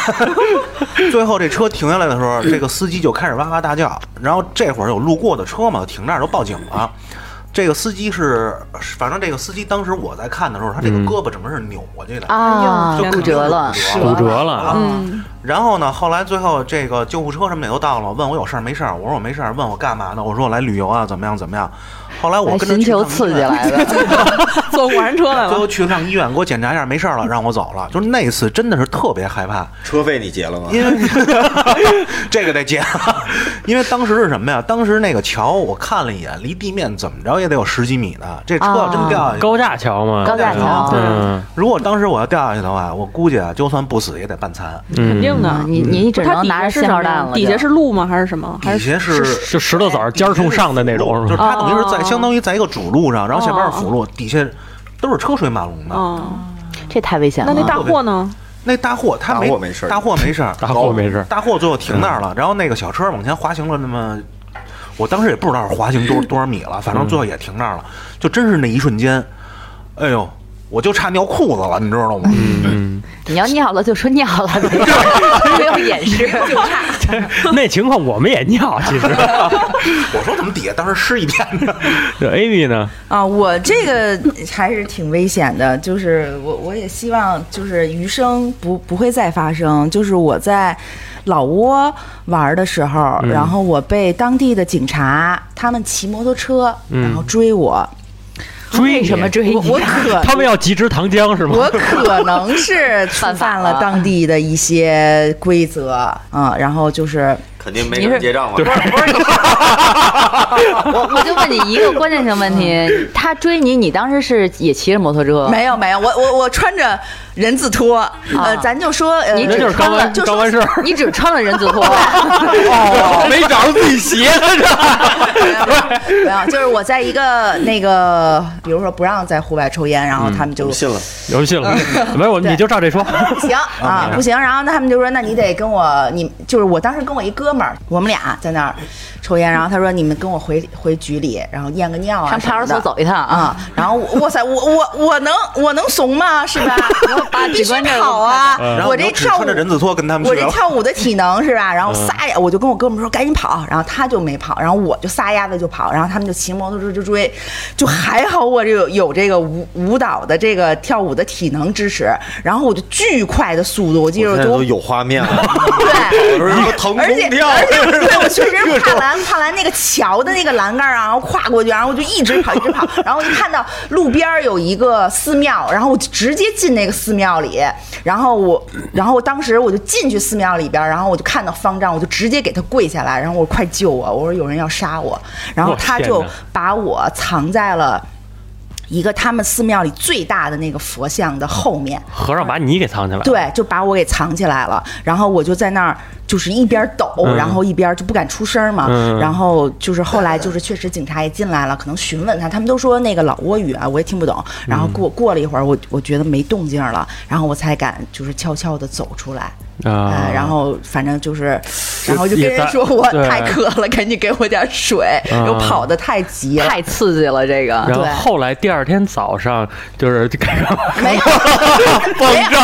Speaker 4: 最后这车停下来的时候，这个司机就开始哇哇大叫，然后这会儿有路过的车嘛，停这儿就报警了。这个司机是，反正这个司机当时我在看的时候，他这个胳膊整个是扭过去的，
Speaker 3: 啊
Speaker 4: 就肯定
Speaker 3: 骨折了
Speaker 4: 是
Speaker 1: 骨折
Speaker 4: 啊
Speaker 1: 了，
Speaker 6: 嗯，
Speaker 4: 然后呢，后来最后这个救护车什么的也都到了，问我有事儿没事儿，我说我没事儿，问我干嘛呢？我说我来旅游啊，怎么样怎么样。后来我
Speaker 3: 来
Speaker 4: 跟
Speaker 3: 啊
Speaker 4: 着
Speaker 3: 寻
Speaker 4: 去
Speaker 3: 求
Speaker 4: 趟医
Speaker 3: 刺激
Speaker 4: 院
Speaker 3: 来的。
Speaker 6: 坐过山车来
Speaker 4: 最后
Speaker 6: 了，
Speaker 4: 去趟医院给我检查一下，没事儿了，让我走了。就是那次真的是特别害怕，
Speaker 2: 车费你结了吗？
Speaker 4: 因为这个得接，因为当时是什么呀？当时那个桥我看了一眼，离地面怎么着也得有十几米呢。这车要真掉下去，
Speaker 1: 高架桥嘛，
Speaker 3: 高架桥
Speaker 1: 嗯
Speaker 4: 如果当时我要掉下去的话，我估计啊，就算不死也得半残。
Speaker 2: 嗯
Speaker 1: 嗯
Speaker 6: 肯定的。
Speaker 3: 你你只
Speaker 6: 不是它
Speaker 3: 能
Speaker 6: 底
Speaker 3: 拿
Speaker 6: 下
Speaker 3: 着
Speaker 6: 是
Speaker 3: 信
Speaker 6: 什
Speaker 3: 号
Speaker 6: 么
Speaker 3: 弹
Speaker 6: 呀
Speaker 3: 了？
Speaker 6: 底下
Speaker 3: 就是
Speaker 6: 路吗？还是什么？还
Speaker 4: 底
Speaker 6: 是
Speaker 4: 下是
Speaker 1: 就石头子儿尖儿冲上的那种，
Speaker 4: 就是是
Speaker 1: 吧？
Speaker 4: 它等于是在
Speaker 6: 哦
Speaker 4: 相当于在一个主路上，然后下边是辅路，底下都是车水马
Speaker 2: 啊
Speaker 4: 龙的。
Speaker 6: 嗯，
Speaker 3: 这太危险了。
Speaker 6: 那那大货呢？
Speaker 4: 那大货他
Speaker 2: 大货没事儿
Speaker 4: 大货没事儿，
Speaker 1: 大货没事儿嗯
Speaker 4: 大货最后停那儿了，然后那个小车往前滑行了那么，我当时也不知道是滑行 多多少米了，反
Speaker 1: 嗯
Speaker 4: 正最后也停那儿了，就真是那一瞬间，哎呦，我就差尿裤子了，你知道吗？
Speaker 1: 嗯，
Speaker 3: 你要尿了就说尿了，没有没有掩 饰，就怕。
Speaker 1: 那情况我们也尿，其实。
Speaker 4: 我说怎么底下当时湿一片呢？
Speaker 1: 这 Amy 呢？
Speaker 5: 啊，我这个还是挺危险的，就是我我也希望就是余生不不会再发生。就是我在老挝玩的时候，然后我被当地的警察他们骑摩托车，然后追我。
Speaker 1: 追
Speaker 3: 为
Speaker 1: 你
Speaker 3: 什么追
Speaker 5: 我
Speaker 3: 你
Speaker 5: 我？可
Speaker 1: 他们要集吃糖浆是吗？
Speaker 5: 我可能是触犯了当地的一些规则啊、嗯，然后就是
Speaker 2: 肯定没人结账吧？
Speaker 3: 我我就问你一个关键性问题，他追你，你当时是也骑着摩托车？
Speaker 5: 没有没有，我我我穿着人字拖，呃，咱就说，呃，
Speaker 3: 你
Speaker 1: 人就是刚完
Speaker 5: 就
Speaker 1: 刚完
Speaker 5: 说
Speaker 1: 事儿，
Speaker 3: 你只穿了人字拖，
Speaker 1: 没找着自己鞋了这。
Speaker 5: 没有，就是我在一个那个，比如说不让在户外抽烟，然后
Speaker 4: 嗯
Speaker 5: 他们就
Speaker 2: 我信了，
Speaker 1: 有戏了，没有我你就照这说。
Speaker 5: 行啊， 不行。然后他们就说，那你得跟我，你就是我当时跟我一哥们儿，我们俩在那儿抽烟。然后他说，你们跟我回回局里，然后验个尿啊，
Speaker 3: 上派出所走一趟啊！
Speaker 5: 啊。然后我哇塞，我我我能我能怂吗？是吧？必须跑啊
Speaker 1: 嗯！
Speaker 4: 然后
Speaker 5: 我
Speaker 4: 你
Speaker 5: 这
Speaker 4: 就只
Speaker 5: 跳舞
Speaker 4: 穿着人字拖跟他们嗯
Speaker 5: 我
Speaker 4: 去
Speaker 5: 这
Speaker 4: 了。
Speaker 5: 跳舞的体能 是吧？然后撒丫，我就跟我哥们说赶紧跑，然后他就没跑，然后我就撒丫子就跑，然后他们就骑摩托车就追，就还好我这有有这个舞舞蹈的这个跳舞的体能支持，然后我就巨快的速度，我记
Speaker 2: 我现
Speaker 5: 着
Speaker 2: 在都
Speaker 5: 就
Speaker 2: 有画面 了，
Speaker 5: 对。
Speaker 2: 我说什么腾
Speaker 5: 而且
Speaker 2: 空跳，
Speaker 5: 而且，对我确 实跨栏跨栏那个桥的那个栏杆儿啊，然后跨过去，然后我就一直跑一直跑，然后我就看到路边儿有一个寺庙，然后我就直接进那个寺庙里，然后我，然后我当时我就进去寺庙里边儿，然后我就看到方丈，我就直接给他跪下来，然后我说快救我，我说有人要杀我，然后
Speaker 1: 我
Speaker 5: 他
Speaker 1: 天
Speaker 5: 就
Speaker 1: 哪
Speaker 5: 把我藏在了。一个他们寺庙里最大的那个佛像的后面，
Speaker 1: 和尚把你给藏起来了，
Speaker 5: 对，就把我给藏起来了。然后我就在那儿，就是一边抖，然后一边就不敢出声嘛。
Speaker 1: 嗯
Speaker 5: 然后就是后来就是确实警察也进来了，可能询问他，他们都说那个老挝语啊，我也听不懂。然
Speaker 1: 嗯
Speaker 5: 后过过了一会儿，我我觉得没动静了，然后我才敢就是悄悄的走出来。
Speaker 1: 啊
Speaker 5: 哎，然后反正就是， 然后就
Speaker 1: 也
Speaker 5: 跟人
Speaker 1: 在
Speaker 5: 说我
Speaker 1: 对
Speaker 5: 太渴了，赶紧给我点水，
Speaker 1: 嗯
Speaker 5: 又跑得太急了，
Speaker 3: 太刺激了，这个
Speaker 1: 然后
Speaker 5: 对
Speaker 1: 后来第二天早上就是 就赶上
Speaker 5: 没有，没有，不到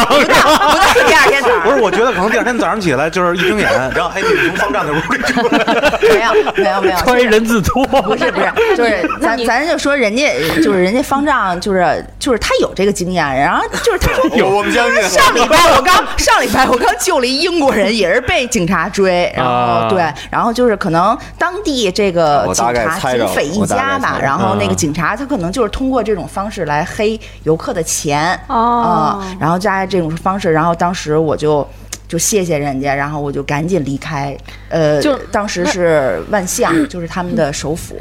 Speaker 5: 不到第二天早 上
Speaker 4: 不是，我觉得可能第二天早上起来就是一睁眼，然后哎，你从方丈那屋里出来，
Speaker 5: 没有，没有，没有，
Speaker 1: 穿一人字拖，
Speaker 5: 不是不是，就是咱咱就说人家就是人家方丈就是就是他有这个经验，然后就是他 说
Speaker 2: 我我们相信
Speaker 5: 上礼拜我刚上礼拜我刚救了一英国人，也是被警察追，然后、
Speaker 1: 啊
Speaker 5: 对，然后就是可能当地这个
Speaker 2: 我
Speaker 5: 警
Speaker 2: 大概
Speaker 5: 察
Speaker 2: 猜
Speaker 5: 挺
Speaker 2: 着
Speaker 5: 匪一
Speaker 2: 我大概
Speaker 5: 家吧
Speaker 2: 猜，着
Speaker 5: 然后那个
Speaker 1: 嗯
Speaker 5: 警察他可能就是通过这种方式来黑游客的钱啊、
Speaker 6: 哦
Speaker 5: 然后加这种方式，然后当时我就。就谢谢人家，然后我就赶紧离开。呃，
Speaker 6: 就
Speaker 5: 当时是 万象，就是他们的首府。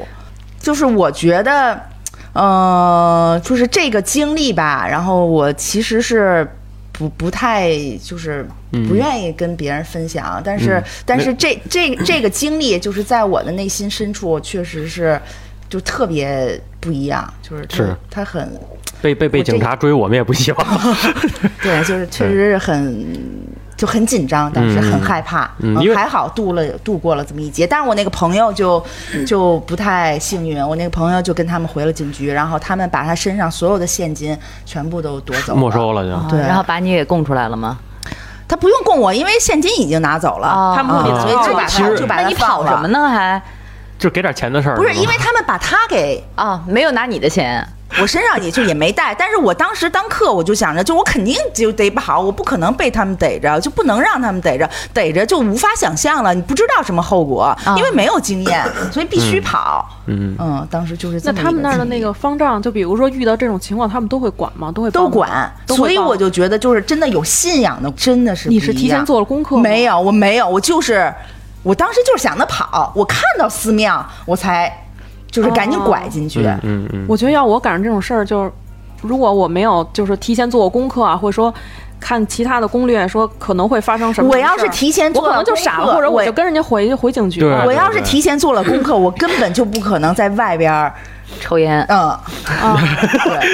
Speaker 5: 就是我觉得，呃，就是这个经历吧，然后我其实是不不太就是不愿意跟别人分享，但是、但是这这这个经历，就是在我的内心深处，确实是就特别不一样，就是它
Speaker 1: 是
Speaker 5: 它很
Speaker 1: 被被被
Speaker 5: 我这
Speaker 1: 警察追，我们也不希望。
Speaker 5: 对，就是确实是很。就很紧张，当时
Speaker 1: 嗯
Speaker 5: 很害怕，
Speaker 1: 嗯
Speaker 5: 嗯
Speaker 1: 因为
Speaker 5: 还好度了度过了这么一劫。但是我那个朋友就
Speaker 1: 嗯
Speaker 5: 就不太幸运，我那个朋友就跟他们回了警局，然后他们把他身上所有的现金全部都夺走 了，
Speaker 1: 没收了就。
Speaker 5: 对
Speaker 3: 啊然后把你给供出来了吗？
Speaker 5: 他不用供我，因为现金已经拿走了，
Speaker 3: 哦
Speaker 5: 他们屋里，所以就把
Speaker 1: 其
Speaker 5: 他
Speaker 1: 实
Speaker 5: 就把
Speaker 3: 那
Speaker 5: 他
Speaker 3: 你跑
Speaker 5: 放
Speaker 3: 什么
Speaker 5: 了。
Speaker 3: 呢？还
Speaker 1: 就给点钱的事儿。
Speaker 5: 不是，
Speaker 1: 吗
Speaker 5: 因为他们把他给
Speaker 3: 啊，没有拿你的钱，
Speaker 5: 我身上也就也没带，但是我当时当课我就想着，就我肯定就逮不好，我不可能被他们逮着，就不能让他们逮着，逮着就无法想象了，你不知道什么后果，
Speaker 3: 啊
Speaker 5: 因为没有经验，所以必须跑。
Speaker 1: 嗯
Speaker 5: 嗯，当时就是
Speaker 6: 那
Speaker 5: 这么一
Speaker 6: 他们那儿的
Speaker 5: 经
Speaker 6: 那
Speaker 5: 历
Speaker 6: 个方丈，就比如说遇到这种情况，他们都会管吗？都会帮
Speaker 5: 都
Speaker 6: 吗
Speaker 5: 管，
Speaker 6: 都会
Speaker 5: 所以
Speaker 6: 帮
Speaker 5: 我就觉得就是真的有信仰的，真的是
Speaker 6: 你
Speaker 5: 不
Speaker 6: 是
Speaker 5: 一
Speaker 6: 提前
Speaker 5: 样
Speaker 6: 做了功课吗
Speaker 5: 没有，我没有，我就是我当时就是想着跑，我看到寺庙我才就是赶紧
Speaker 6: 哦
Speaker 5: 拐进去。
Speaker 1: 嗯嗯嗯，
Speaker 6: 我觉得要我赶上这种事儿，就是如果我没有就是提前做过功课啊，或者说看其他的攻略，说可能会发生
Speaker 1: 嗯
Speaker 6: 什么事
Speaker 5: 我
Speaker 6: 儿，
Speaker 5: 要是提前做
Speaker 6: 我可能就
Speaker 5: 功
Speaker 6: 傻
Speaker 5: 课
Speaker 6: 了，或者
Speaker 5: 我
Speaker 6: 我就跟人家回回警局了。
Speaker 1: 啊对
Speaker 5: 我要是提前做了功课，我根本就不可能在外边儿，
Speaker 3: 抽烟。
Speaker 5: 嗯，
Speaker 6: 啊，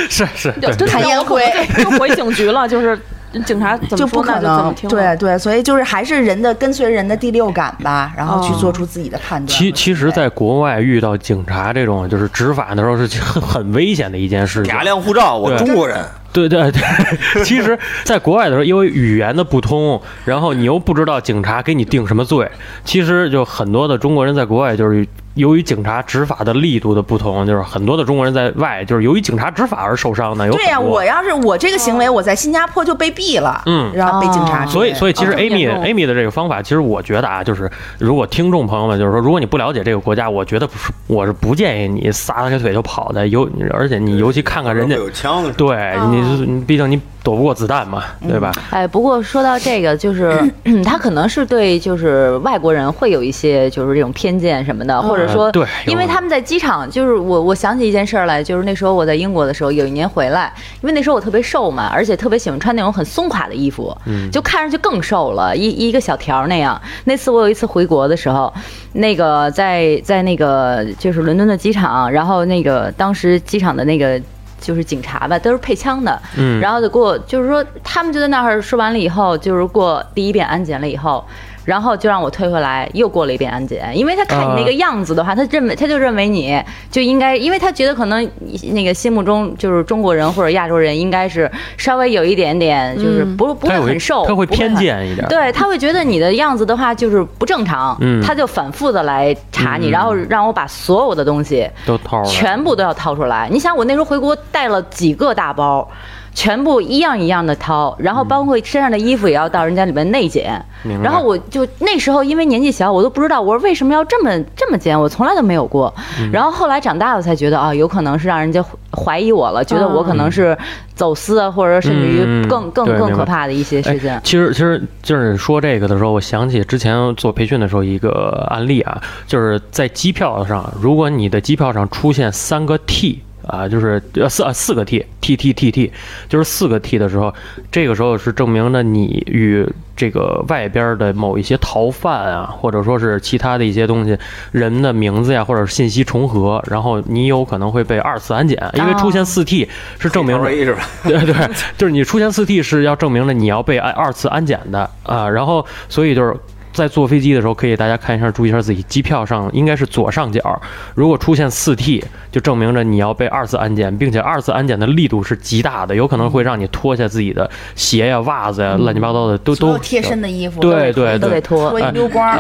Speaker 1: 是是，
Speaker 6: 就
Speaker 1: 对，
Speaker 6: 真
Speaker 5: 看
Speaker 6: 的
Speaker 5: 烟
Speaker 6: 我可能就就回 警局了，就是警察怎
Speaker 5: 就
Speaker 6: 么说
Speaker 5: 不可
Speaker 6: 那就怎么
Speaker 5: 能。
Speaker 6: 听。
Speaker 5: 对，对，所以就是还是人的跟随人的第六感吧，然后去
Speaker 6: 哦
Speaker 5: 做出自己的判断。
Speaker 1: 其其实，在国外遇到警察这种就是执法的时候是很很危险的一件事
Speaker 2: 给
Speaker 1: 情。
Speaker 2: 他辆护照，我
Speaker 1: 对
Speaker 2: 中国人，
Speaker 1: 对对 对，其实，在国外的时候，因为语言的不通，然后你又不知道警察给你定什么罪，其实就很多的中国人在国外就是由于警察执法的力度的不同，就是很多的中国人在外，就是由于警察执法而受伤的有很
Speaker 5: 对呀、
Speaker 1: 多
Speaker 5: 我要是我这个行为，我在新加坡就被毙了，
Speaker 1: 嗯
Speaker 5: 然后被警察
Speaker 3: 哦
Speaker 5: 追，
Speaker 1: 所以，所以其实
Speaker 6: 哦哦这么
Speaker 1: Amy、
Speaker 6: 严重
Speaker 1: Amy 的这个方法，其实我觉得啊，就是如果听众朋友们就是说，如果你不了解这个国家，我觉得不是，我是不建议你撒开腿就跑的。尤而且你尤其看看人家，
Speaker 2: 有枪的，
Speaker 1: 对你
Speaker 3: 哦
Speaker 1: 就是，你毕竟你躲不过子弹嘛，对吧？
Speaker 3: 哎，不过说到这个，就是 他可能是对就是外国人会有一些就是这种偏见什么的，或者说
Speaker 1: 嗯对有
Speaker 3: 因为他们在机场，就是我我想起一件事儿来，就是那时候我在英国的时候，有一年回来，因为那时候我特别瘦嘛，而且特别喜欢穿那种很松垮的衣服，就看上去更瘦了，一一个小条儿那样。那次我有一次回国的时候，那个在在那个就是伦敦的机场，然后那个当时机场的那个。就是警察吧，都是配枪的，
Speaker 1: 嗯
Speaker 3: 然后就给我就是说，他们就在那儿说完了以后，就是过第一遍安检了以后，然后就让我退回来，又过了一遍安检，因为他看你那个样子的话，他认为他就认为你就应该，因为他觉得可能那个心目中就是中国人或者亚洲人应该是稍微有一点点就是
Speaker 6: 嗯
Speaker 3: 不、不
Speaker 1: 他
Speaker 3: 会
Speaker 1: 有一
Speaker 3: 很瘦，
Speaker 1: 他会
Speaker 3: 不很
Speaker 1: 偏见一点。
Speaker 3: 对他会觉得你的样子的话就是不正常，
Speaker 1: 嗯
Speaker 3: 他就反复的来查你，然后让我把所有的东西
Speaker 1: 都掏出来
Speaker 3: 全部都要掏出来。你想，我那时候回国带了几个大包，全部一样一样的掏，然
Speaker 1: 嗯
Speaker 3: 后包括身上的衣服也要到人家里面内检
Speaker 1: 明。白
Speaker 3: 然后我就那时候因为年纪小，我都不知道我说为什么要这么这么检，我从来都没有过。
Speaker 1: 嗯
Speaker 3: 然后后来长大了才觉得啊，有可能是让人家怀疑我了，觉得我可能是走私啊，或者甚至
Speaker 1: 嗯
Speaker 3: 于
Speaker 1: 嗯
Speaker 3: 更更
Speaker 1: 对
Speaker 3: 更
Speaker 1: 明白
Speaker 3: 可怕的一些事情。
Speaker 1: 哎。其实其实就是说这个的时候，我想起之前做培训的时候一个案例啊，就是在机票上，如果你的机票上出现三个 T。啊，就是呃四啊四个 T T T T T，就是四个 T 的时候，这个时候是证明了你与这个外边的某一些逃犯啊，或者说是其他的一些东西人的名字呀，或者是信息重合，然后你有可能会被二次安检，因
Speaker 3: 哦
Speaker 1: 为出现四 T 是证明
Speaker 2: 黑
Speaker 1: 了
Speaker 2: 头围是吧？
Speaker 1: 对对，就是你出现四 T 是要证明了你要被二二次安检的啊，然后所以就是。在坐飞机的时候，可以大家看一下，注意一下自己机票上应该是左上角，如果出现四 T，就证明着你要被二次安检，并且二次安检的力度是极大的，有可能会让你脱下自己的鞋呀、袜子呀、乱七八糟的都
Speaker 5: 所
Speaker 6: 嗯
Speaker 1: 都
Speaker 5: 有贴身的衣服
Speaker 1: 对哎对
Speaker 3: 都
Speaker 1: 对
Speaker 3: 得脱
Speaker 5: 脱一溜光儿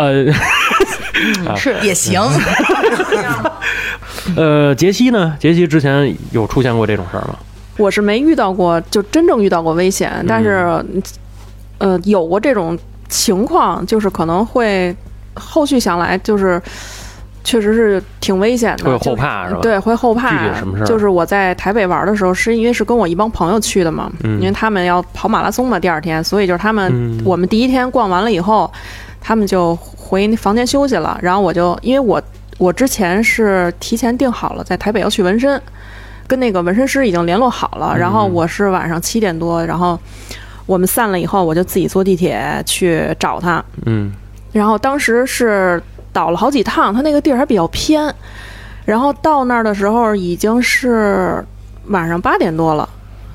Speaker 1: 呃
Speaker 3: 是
Speaker 5: 也行。
Speaker 1: 呃，杰西呢？杰西之前有出现过这种事儿吗？
Speaker 6: 我是没遇到过，就真正遇到过危
Speaker 1: 嗯
Speaker 6: 险，但是，呃，有过这种情况，就是可能会后续想来，就是确实是挺危险的，
Speaker 1: 会
Speaker 6: 就
Speaker 1: 后怕是吧？
Speaker 6: 对，会后怕。
Speaker 1: 具体什么事儿
Speaker 6: 就是我在台北玩的时候，是因为是跟我一帮朋友去的嘛，
Speaker 1: 嗯
Speaker 6: 因为他们要跑马拉松嘛，第二天，所以就是他们、
Speaker 1: 嗯
Speaker 6: 我们第一天逛完了以后，他们就回房间休息了。然后我就因为我我之前是提前定好了在台北要去纹身，跟那个纹身师已经联络好了。然后
Speaker 1: 嗯
Speaker 6: 我是晚上七点多，然后我们散了以后，我就自己坐地铁去找他。
Speaker 1: 嗯，
Speaker 6: 然后当时是倒了好几趟，他那个地儿还比较偏，然后到那儿的时候已经是晚上八点多了。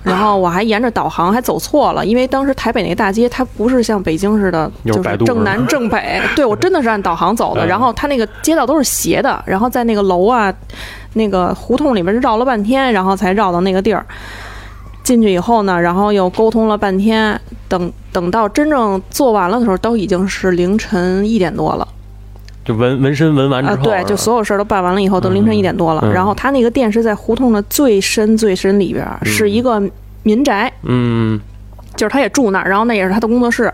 Speaker 6: 然后我还沿着导航还走错了，因为当时台北那个大街它不是像北京似的，
Speaker 1: 有
Speaker 6: 就是
Speaker 1: 百度
Speaker 6: 正南正北，对我真的是按导航走的。
Speaker 1: 嗯
Speaker 6: 然后它那个街道都是斜的，然后在那个楼啊、那个胡同里面绕了半天，然后才绕到那个地儿。进去以后呢，然后又沟通了半天，等等到真正做完了的时候，都已经是凌晨一点多了
Speaker 1: 就纹纹身纹完之
Speaker 6: 啊、
Speaker 1: 后是吧，
Speaker 6: 对，就所有事儿都办完了以后，都凌晨一点多了。
Speaker 1: 嗯
Speaker 6: 然后他那个店是在胡同的最深最深里边儿，是一个民宅，
Speaker 1: 嗯
Speaker 6: 就是他也住那儿，然后那也是他的工作室。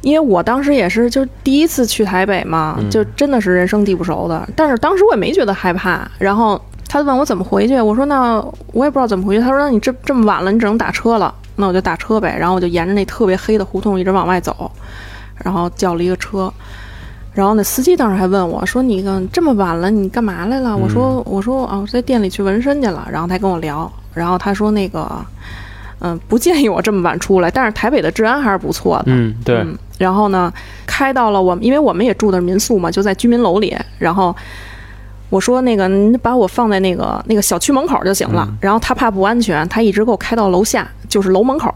Speaker 6: 因为我当时也是就是第一次去台北嘛，就真的是人生地不熟的，但是当时我也没觉得害怕。然后他就问我怎么回去，我说那我也不知道怎么回去。他说那你这这么晚了，你只能打车了。那我就打车呗，然后我就沿着那特别黑的胡同一直往外走，然后叫了一个车。然后那司机当时还问我说：“你个这么晚了，你干嘛来了？”我说：“我说啊，我在店里去纹身去了。”然后他跟我聊，然后他说：“那个，嗯、不建议我这么晚出来，但是台北的治安还是不错的。”
Speaker 1: 嗯，对，
Speaker 6: 嗯，然后呢，开到了我们，因为我们也住的民宿嘛，就在居民楼里。然后我说那个，你把我放在那个那个小区门口就行了。然后他怕不安全，他一直给我开到楼下，就是楼门口，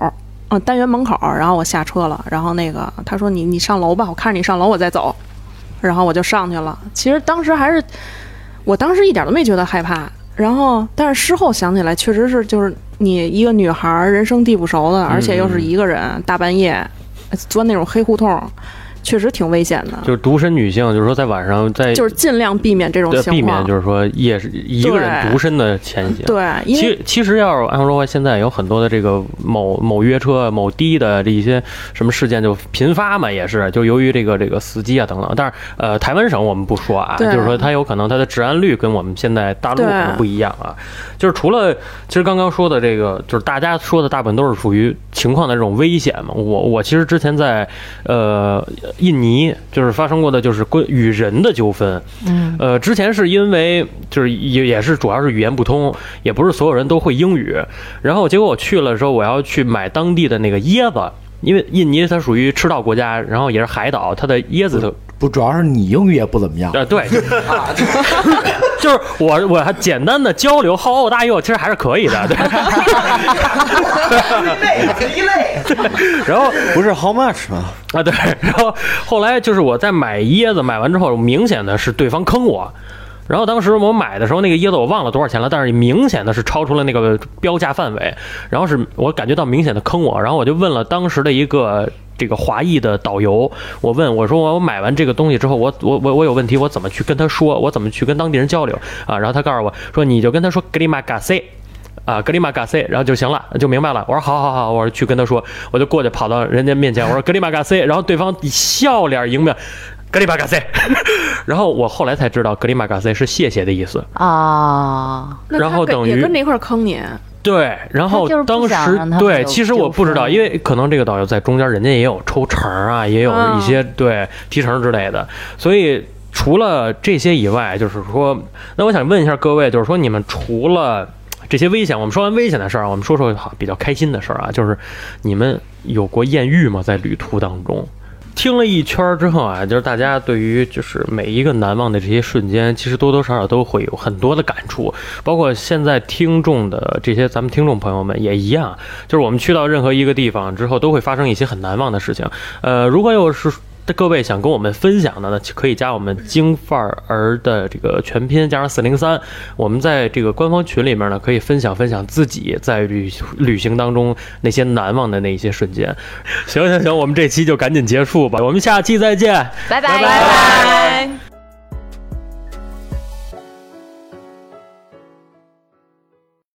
Speaker 6: 嗯、单元门口。然后我下车了，然后那个他说你你上楼吧，我看着你上楼我再走。然后我就上去了。其实当时还是，我当时一点都没觉得害怕。然后，但是事后想起来，确实是就是你一个女孩儿，人生地不熟的，而且又是一个人，大半夜呃钻那种黑胡同，确实挺危险的，
Speaker 1: 就是独身女性，就是说在晚上在
Speaker 6: 就是尽量避免这种
Speaker 1: 对
Speaker 6: 情况，
Speaker 1: 避免就是说夜是一个人独身的前行。
Speaker 6: 对，因
Speaker 1: 其
Speaker 6: 为
Speaker 1: 其实要是按说现在有很多的这个某某约车、某的的这一些什么事件就频发嘛，也是就由于这个这个司机啊等等。但是呃，台湾省我们不说啊，
Speaker 6: 对
Speaker 1: 就是说它有可能它的治安率跟我们现在大陆
Speaker 6: 对
Speaker 1: 可能不一样啊。就是除了其实刚刚说的这个，就是大家说的大部分都是属于情况的这种危险嘛。我我其实之前在呃印尼就是发生过的就是关与人的纠纷，嗯，呃，之前是因为就是也也是主要是语言不通，也不是所有人都会英语，然后结果我去了之后，我要去买当地的那个椰子。因为印尼它属于赤道国家，然后也是海岛，它的椰子特
Speaker 7: 不，主要是你英语也不怎么样。
Speaker 1: 呃，对， 就是我我还简单的交流，浩浩大佑，其实还是可以的。对， 然后
Speaker 2: 不是 how much 吗？
Speaker 1: 啊对，然后后来就是我在买椰子，买完之后明显的是对方坑我。然后当时我买的时候，那个椰子我忘了多少钱了，但是明显的是超出了那个标价范围，然后是我感觉到明显的坑我，然后我就问了当时的一个这个华裔的导游，我问我说我买完这个东西之后，我我我我有问题，我怎么去跟他说，我怎么去跟当地人交流啊？然后他告诉我说，你就跟他说 g r i m a g a s e 啊格里玛嘎塞，然后就行了，就明白了。我说好好好，我说去跟他说，我就过去跑到人家面前，我说格里玛嘎塞，然后对方笑脸迎面。格里玛嘎塞， 然后我后来才知道格里玛嘎塞是谢谢的意思。
Speaker 3: 啊，
Speaker 6: 那
Speaker 1: 然
Speaker 6: 他
Speaker 1: 后
Speaker 6: 跟
Speaker 1: 等
Speaker 6: 也
Speaker 1: 于
Speaker 6: 跟着一块儿坑你，
Speaker 1: 对，然后
Speaker 3: 他就是不
Speaker 1: 当
Speaker 3: 想
Speaker 1: 时
Speaker 3: 让他们
Speaker 1: 对，
Speaker 3: 有
Speaker 1: 其实我不知道，
Speaker 3: 纠纷
Speaker 1: 因为可能这个导游在中间，人家也有抽成啊，也有
Speaker 3: 嗯
Speaker 6: 啊
Speaker 1: 一些、对提成之类的，所以除了这些以外，就是说，那我想问一下各位，就是说你们除了这些危险，我们说完危险的事儿啊，我们说说好比较开心的事儿啊，就是你们有过艳遇吗？在旅途当中？听了一圈儿之后啊，就是大家对于就是每一个难忘的这些瞬间，其实多多少少都会有很多的感触，包括现在听众的这些咱们听众朋友们也一样，就是我们去到任何一个地方之后，都会发生一些很难忘的事情。呃，如果有是。各位想跟我们分享的呢，可以加我们京范儿的这个全拼加上四零三，我们在这个官方群里面呢，可以分享分享自己在旅旅行当中那些难忘的那一些瞬间。行行行，我们这期就赶紧结束吧，我们下期再见。
Speaker 3: 拜拜
Speaker 5: 哎
Speaker 6: 拜拜。